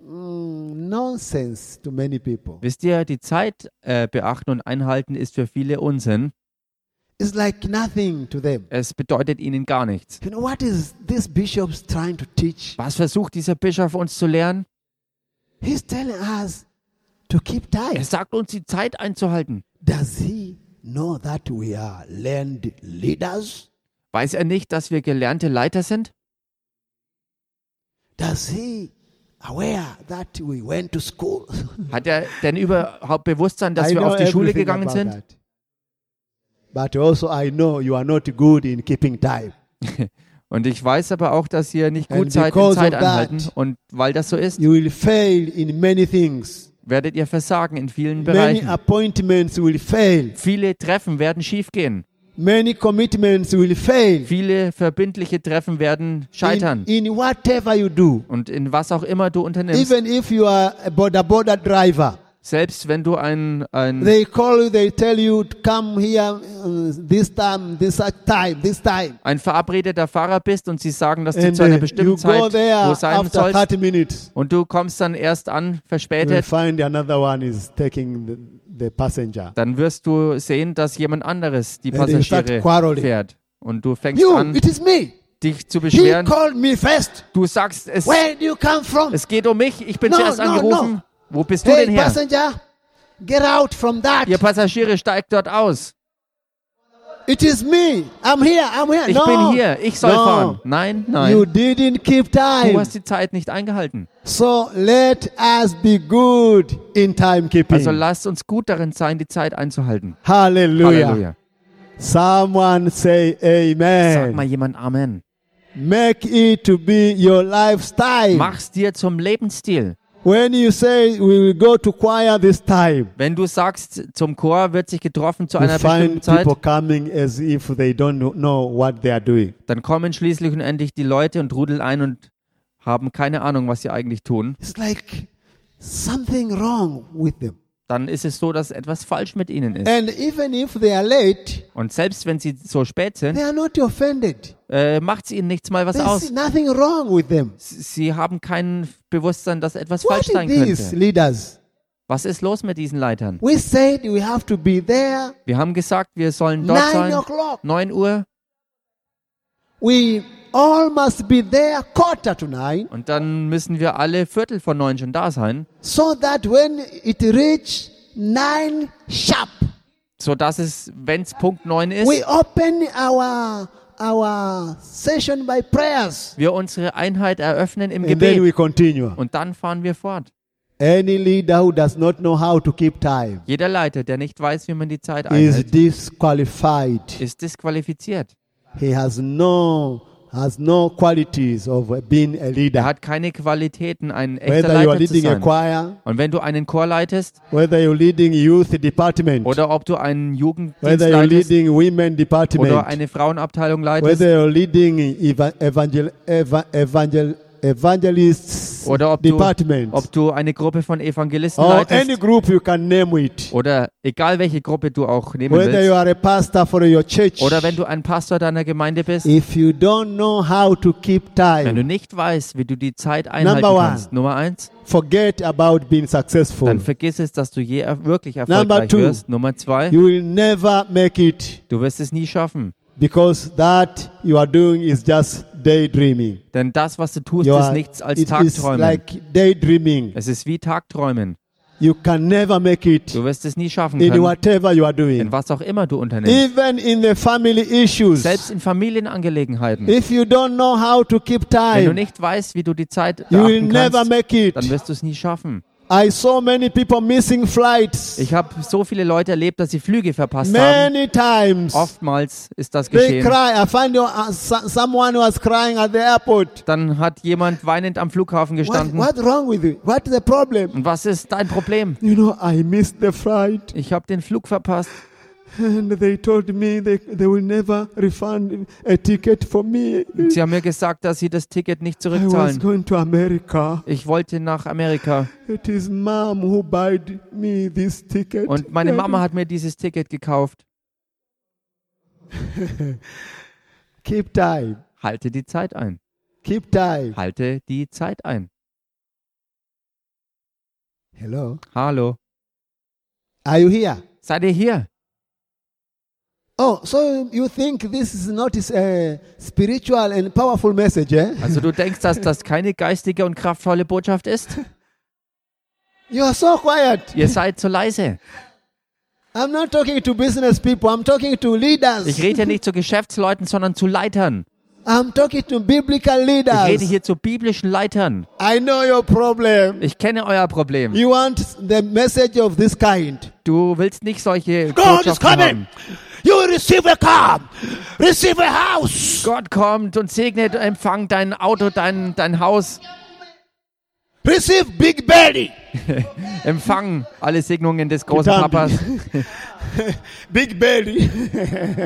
Speaker 1: mm, nonsense to many people.
Speaker 2: Wisst ihr, die Zeit äh, beachten und einhalten ist für viele Unsinn.
Speaker 1: It's like nothing to them.
Speaker 2: Es bedeutet ihnen gar nichts.
Speaker 1: You know what is this bishop's trying to teach?
Speaker 2: Was versucht dieser Bischof uns zu lernen?
Speaker 1: He's telling us to keep time.
Speaker 2: Er sagt uns, die Zeit einzuhalten.
Speaker 1: Does he know that we are learned leaders?
Speaker 2: Weiß er nicht, dass wir gelernte Leiter sind?
Speaker 1: Does he aware that we went to school?
Speaker 2: Hat er denn überhaupt Bewusstsein, dass
Speaker 1: I
Speaker 2: wir
Speaker 1: know
Speaker 2: auf die Schule
Speaker 1: everything
Speaker 2: gegangen
Speaker 1: about
Speaker 2: sind?
Speaker 1: that. But also I know you are not good in keeping time.
Speaker 2: Und ich weiß aber auch, dass ihr nicht gut
Speaker 1: And
Speaker 2: seid in
Speaker 1: because
Speaker 2: Zeit
Speaker 1: of that-
Speaker 2: anhalten. Und weil das so ist,
Speaker 1: You will fail in many things.
Speaker 2: werdet ihr versagen in vielen
Speaker 1: Many
Speaker 2: Bereichen.
Speaker 1: appointments will fail.
Speaker 2: Viele Treffen werden schiefgehen.
Speaker 1: Many commitments will fail.
Speaker 2: Viele verbindliche Treffen werden scheitern.
Speaker 1: In, in whatever you do.
Speaker 2: Und in was auch immer du unternimmst,
Speaker 1: Even if you are a border border driver,
Speaker 2: selbst wenn du ein, ein
Speaker 1: they call you, they tell you to come here uh, this time, this such time, this time.
Speaker 2: ein verabredeter Fahrer bist und sie sagen, dass du
Speaker 1: And
Speaker 2: zu einer
Speaker 1: uh, you
Speaker 2: bestimmten
Speaker 1: go
Speaker 2: Zeit
Speaker 1: there
Speaker 2: wo sein
Speaker 1: after
Speaker 2: sollst
Speaker 1: 30 minutes.
Speaker 2: und du kommst dann erst an,
Speaker 1: You will
Speaker 2: verspätet,
Speaker 1: find another one is taking the, the passenger.
Speaker 2: dann wirst du sehen, dass jemand anderes die
Speaker 1: And they start
Speaker 2: Passagiere
Speaker 1: quarreling.
Speaker 2: fährt. Und du fängst
Speaker 1: You,
Speaker 2: an,
Speaker 1: it is me.
Speaker 2: dich zu
Speaker 1: He
Speaker 2: beschweren.
Speaker 1: called me first.
Speaker 2: Du sagst, es,
Speaker 1: Where do you come from?
Speaker 2: es geht um mich, ich bin
Speaker 1: No,
Speaker 2: zuerst
Speaker 1: no,
Speaker 2: angerufen.
Speaker 1: no.
Speaker 2: Wo bist du
Speaker 1: Hey,
Speaker 2: denn her?
Speaker 1: passenger, get out from that.
Speaker 2: Ihr Passagiere steigt dort aus.
Speaker 1: It is me. I'm here. I'm here.
Speaker 2: Ich
Speaker 1: no.
Speaker 2: bin hier, ich soll
Speaker 1: no.
Speaker 2: fahren. Nein,
Speaker 1: You
Speaker 2: nein.
Speaker 1: didn't keep
Speaker 2: Du
Speaker 1: time.
Speaker 2: hast die Zeit nicht eingehalten.
Speaker 1: So let us be good in timekeeping.
Speaker 2: Also lasst uns gut darin sein, die Zeit einzuhalten.
Speaker 1: Hallelujah.
Speaker 2: Halleluja.
Speaker 1: Someone say
Speaker 2: Sag
Speaker 1: amen.
Speaker 2: mal jemand Amen.
Speaker 1: Make it to be your lifestyle.
Speaker 2: Mach's dir zum Lebensstil.
Speaker 1: When you say we will go to choir this time,
Speaker 2: Wenn du sagst, zum Chor wird sich getroffen zu
Speaker 1: you
Speaker 2: einer bestimmten
Speaker 1: find
Speaker 2: Zeit,
Speaker 1: people coming as if they don't kno- know what they are doing.
Speaker 2: dann kommen schließlich und endlich die Leute und rudeln ein und haben keine Ahnung, was sie eigentlich tun.
Speaker 1: It's like something wrong with them.
Speaker 2: Dann ist es so, dass etwas falsch mit ihnen ist.
Speaker 1: And even if they are late,
Speaker 2: Und selbst wenn sie so spät
Speaker 1: they
Speaker 2: sind,
Speaker 1: are not offended.
Speaker 2: äh, macht's ihnen nichts mal was
Speaker 1: There's
Speaker 2: aus.
Speaker 1: nothing wrong with them.
Speaker 2: S- Sie haben kein Bewusstsein, dass etwas
Speaker 1: What
Speaker 2: falsch
Speaker 1: is
Speaker 2: sein
Speaker 1: this,
Speaker 2: könnte.
Speaker 1: leaders?
Speaker 2: Was ist los mit diesen Leitern?
Speaker 1: We said we have to be there
Speaker 2: Wir haben gesagt, wir sollen dort
Speaker 1: nine
Speaker 2: sein.
Speaker 1: o'clock.
Speaker 2: 9 Uhr
Speaker 1: We all must be there quarter to nine,
Speaker 2: und dann müssen wir alle Viertel von neun schon da sein,
Speaker 1: so that when it reach nine sharp,
Speaker 2: sodass es, wenn's Punkt 9 ist,
Speaker 1: we open our our session by prayers,
Speaker 2: wir unsere Einheit eröffnen im
Speaker 1: and then
Speaker 2: Gebet
Speaker 1: we continue.
Speaker 2: und dann fahren wir fort.
Speaker 1: Any leader who does not know how to keep time
Speaker 2: Jeder Leiter, der nicht weiß, wie man die Zeit
Speaker 1: is
Speaker 2: einhält,
Speaker 1: disqualified.
Speaker 2: ist disqualifiziert.
Speaker 1: He has no has no qualities of being a
Speaker 2: Er
Speaker 1: leader.
Speaker 2: hat keine Qualitäten, ein
Speaker 1: Whether
Speaker 2: echter
Speaker 1: you are
Speaker 2: Leiter zu
Speaker 1: leading a
Speaker 2: sein.
Speaker 1: choir,
Speaker 2: Und wenn du einen Chor leitest
Speaker 1: whether you're leading youth department,
Speaker 2: oder ob du einen Jugenddienst
Speaker 1: whether you're
Speaker 2: leitest
Speaker 1: leading women
Speaker 2: oder
Speaker 1: department,
Speaker 2: eine Frauenabteilung leitest
Speaker 1: whether you're leading eva- evangel- eva- evangel- evangelists
Speaker 2: oder ob du,
Speaker 1: department,
Speaker 2: ob du eine Gruppe von Evangelisten
Speaker 1: or any
Speaker 2: leitest
Speaker 1: group you can name it,
Speaker 2: oder egal welche Gruppe du auch nehmen
Speaker 1: whether you
Speaker 2: willst
Speaker 1: are a pastor for your church,
Speaker 2: oder wenn du ein Pastor deiner Gemeinde bist,
Speaker 1: if you don't know how to keep
Speaker 2: wenn
Speaker 1: time,
Speaker 2: du nicht weißt, wie du die Zeit einhalten
Speaker 1: Number one.
Speaker 2: kannst, Nummer eins,
Speaker 1: forget about being
Speaker 2: dann
Speaker 1: successful.
Speaker 2: vergiss es, dass du je er wirklich erfolgreich
Speaker 1: two.
Speaker 2: wirst. Nummer zwei,
Speaker 1: You will never make it
Speaker 2: du wirst es nie schaffen.
Speaker 1: because that you are doing is just daydreaming.
Speaker 2: Denn das, was du tust,
Speaker 1: You
Speaker 2: ist
Speaker 1: are-
Speaker 2: nichts als
Speaker 1: it is
Speaker 2: Tagträumen.
Speaker 1: like daydreaming.
Speaker 2: es ist wie Tagträumen.
Speaker 1: You can never make it
Speaker 2: Du wirst es nie schaffen
Speaker 1: in
Speaker 2: können,
Speaker 1: whatever you are
Speaker 2: in
Speaker 1: doing.
Speaker 2: was auch immer du unternimmst.
Speaker 1: Even in the family issues.
Speaker 2: Selbst in Familienangelegenheiten.
Speaker 1: If you don't know how to keep
Speaker 2: Wenn du
Speaker 1: time,
Speaker 2: nicht weißt, wie du die Zeit
Speaker 1: you will
Speaker 2: beachten
Speaker 1: never
Speaker 2: kannst,
Speaker 1: make it.
Speaker 2: dann wirst du es nie schaffen.
Speaker 1: I saw many people missing flights
Speaker 2: Ich habe so viele Leute erlebt, dass sie Flüge verpasst haben.
Speaker 1: many times.
Speaker 2: Oftmals ist das
Speaker 1: They
Speaker 2: geschehen.
Speaker 1: cry. I find your, uh, so- someone was crying at the airport.
Speaker 2: Dann hat jemand weinend am Flughafen
Speaker 1: What,
Speaker 2: gestanden. Mm.
Speaker 1: what's wrong with you? What's the problem?
Speaker 2: Und was ist dein Problem?
Speaker 1: You know, I missed the flight,
Speaker 2: Ich habe den Flug verpasst.
Speaker 1: and they told me they, they will never refund a ticket for me.
Speaker 2: Sie haben mir gesagt, dass sie das Ticket nicht
Speaker 1: I was
Speaker 2: zurückzahlen.
Speaker 1: going to America.
Speaker 2: Ich wollte nach Amerika
Speaker 1: It is mom who bought me this ticket.
Speaker 2: und meine Mama hat mir dieses Ticket gekauft.
Speaker 1: Keep time.
Speaker 2: Halte die Zeit ein.
Speaker 1: Keep time.
Speaker 2: Halte die Zeit ein.
Speaker 1: Hello.
Speaker 2: Hallo.
Speaker 1: Are you here?
Speaker 2: Seid ihr hier?
Speaker 1: Oh, so you think this is not a spiritual and powerful message, eh?
Speaker 2: Also du denkst, dass das keine geistige und kraftvolle Botschaft ist?
Speaker 1: You are so quiet.
Speaker 2: Ihr seid zu leise.
Speaker 1: I'm not talking to business people. I'm talking to leaders.
Speaker 2: Ich rede hier nicht zu Geschäftsleuten, sondern zu Leitern.
Speaker 1: I'm talking to biblical
Speaker 2: Ich rede
Speaker 1: leaders.
Speaker 2: hier zu biblischen Leitern.
Speaker 1: I know your problem.
Speaker 2: Ich kenne euer Problem.
Speaker 1: You want the message of this kind.
Speaker 2: Du willst nicht solche
Speaker 1: God is
Speaker 2: Botschaften
Speaker 1: coming.
Speaker 2: haben.
Speaker 1: You will receive a car. Receive a house.
Speaker 2: Gott kommt und segnet, empfangt dein Auto, dein, dein Haus,
Speaker 1: Receive big belly.
Speaker 2: empfangen alle Segnungen des großen
Speaker 1: Getan.
Speaker 2: Papas.
Speaker 1: Big belly.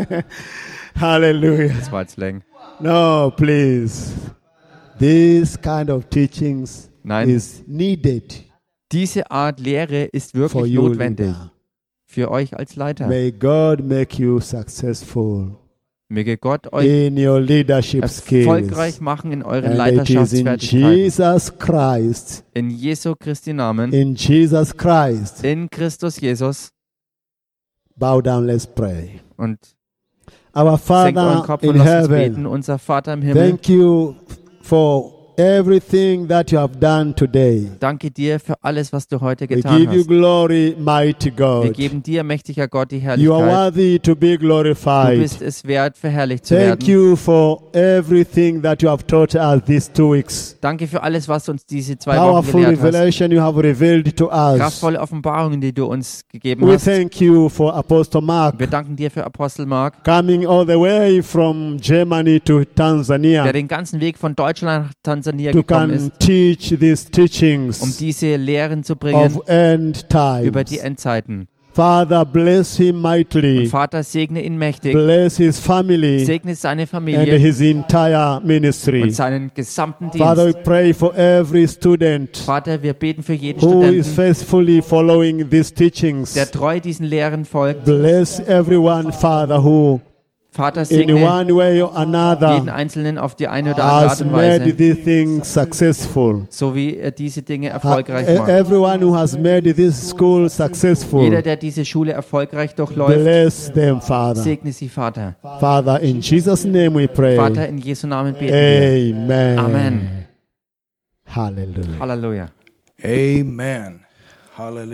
Speaker 1: Hallelujah.
Speaker 2: Das war jetzt lang.
Speaker 1: No, please. This kind of teachings
Speaker 2: Nein.
Speaker 1: is needed
Speaker 2: Diese Art Lehre ist
Speaker 1: for
Speaker 2: wirklich
Speaker 1: you.
Speaker 2: notwendig
Speaker 1: leader.
Speaker 2: für euch als Leiter.
Speaker 1: May God make you successful
Speaker 2: Möge Gott euch
Speaker 1: in your leadership skills.
Speaker 2: erfolgreich machen in euren
Speaker 1: And it is in
Speaker 2: Leiterschaftsfertigkeiten.
Speaker 1: Jesus Christ,
Speaker 2: In Jesu Christi Namen,
Speaker 1: in Jesus Christ.
Speaker 2: in Christus Jesus
Speaker 1: Bow down, let's pray.
Speaker 2: und
Speaker 1: Our
Speaker 2: senkt euren
Speaker 1: Father
Speaker 2: Kopf und
Speaker 1: in
Speaker 2: lasst uns beten,
Speaker 1: heaven,
Speaker 2: unser Vater im Himmel.
Speaker 1: thank you for everything that you have done today.
Speaker 2: Danke dir für alles, was du heute
Speaker 1: We
Speaker 2: getan
Speaker 1: give you
Speaker 2: hast.
Speaker 1: glory, mighty
Speaker 2: Wir
Speaker 1: God.
Speaker 2: geben dir, mächtiger Gott, die
Speaker 1: You are
Speaker 2: Herrlichkeit.
Speaker 1: worthy to be
Speaker 2: Du
Speaker 1: glorified.
Speaker 2: bist es wert, verherrlicht zu
Speaker 1: Thank
Speaker 2: werden.
Speaker 1: you for everything that you have taught us these two weeks.
Speaker 2: Danke für alles, was du uns diese zwei Wochen
Speaker 1: powerful
Speaker 2: gelehrt hast.
Speaker 1: revelation you have revealed to us.
Speaker 2: Kraftvolle Offenbarungen, die du uns gegeben
Speaker 1: We
Speaker 2: hast.
Speaker 1: thank you for Apostle Mark
Speaker 2: Wir danken dir für Apostel Mark,
Speaker 1: coming all the way from Germany to
Speaker 2: der
Speaker 1: Tanzania
Speaker 2: den ganzen Weg von Deutschland nach Tansania
Speaker 1: to
Speaker 2: gekommen
Speaker 1: can
Speaker 2: ist,
Speaker 1: teach these
Speaker 2: um
Speaker 1: teachings
Speaker 2: diese Lehren zu bringen
Speaker 1: of end
Speaker 2: über die
Speaker 1: times.
Speaker 2: Endzeiten.
Speaker 1: Father, bless him
Speaker 2: Und
Speaker 1: mightily.
Speaker 2: Vater, segne ihn mächtig,
Speaker 1: Bless his family
Speaker 2: segne seine
Speaker 1: and
Speaker 2: Familie
Speaker 1: his entire
Speaker 2: und
Speaker 1: ministry.
Speaker 2: seinen gesamten
Speaker 1: Father, we
Speaker 2: Dienst.
Speaker 1: pray for every student
Speaker 2: Vater, wir beten für jeden
Speaker 1: who is
Speaker 2: Studenten,
Speaker 1: faithfully following these teachings.
Speaker 2: der treu diesen Lehren folgt.
Speaker 1: Bless everyone, Father, who
Speaker 2: Vater,
Speaker 1: in
Speaker 2: segne
Speaker 1: one way or
Speaker 2: jeden
Speaker 1: another
Speaker 2: Einzelnen auf die eine oder andere Art
Speaker 1: has
Speaker 2: und
Speaker 1: made
Speaker 2: Weise,
Speaker 1: these things successful.
Speaker 2: so wie er diese Dinge
Speaker 1: Ha-
Speaker 2: erfolgreich
Speaker 1: e-
Speaker 2: macht.
Speaker 1: Everyone who has made this school successful,
Speaker 2: Jeder, der diese Schule erfolgreich durchläuft,
Speaker 1: bless them, Father.
Speaker 2: segne sie, Vater.
Speaker 1: Father, in Jesus' name we pray.
Speaker 2: Vater, in Jesu Namen beten wir.
Speaker 1: Amen.
Speaker 2: Amen.
Speaker 1: Hallelujah.
Speaker 2: Halleluja.
Speaker 3: Amen. Hallelujah.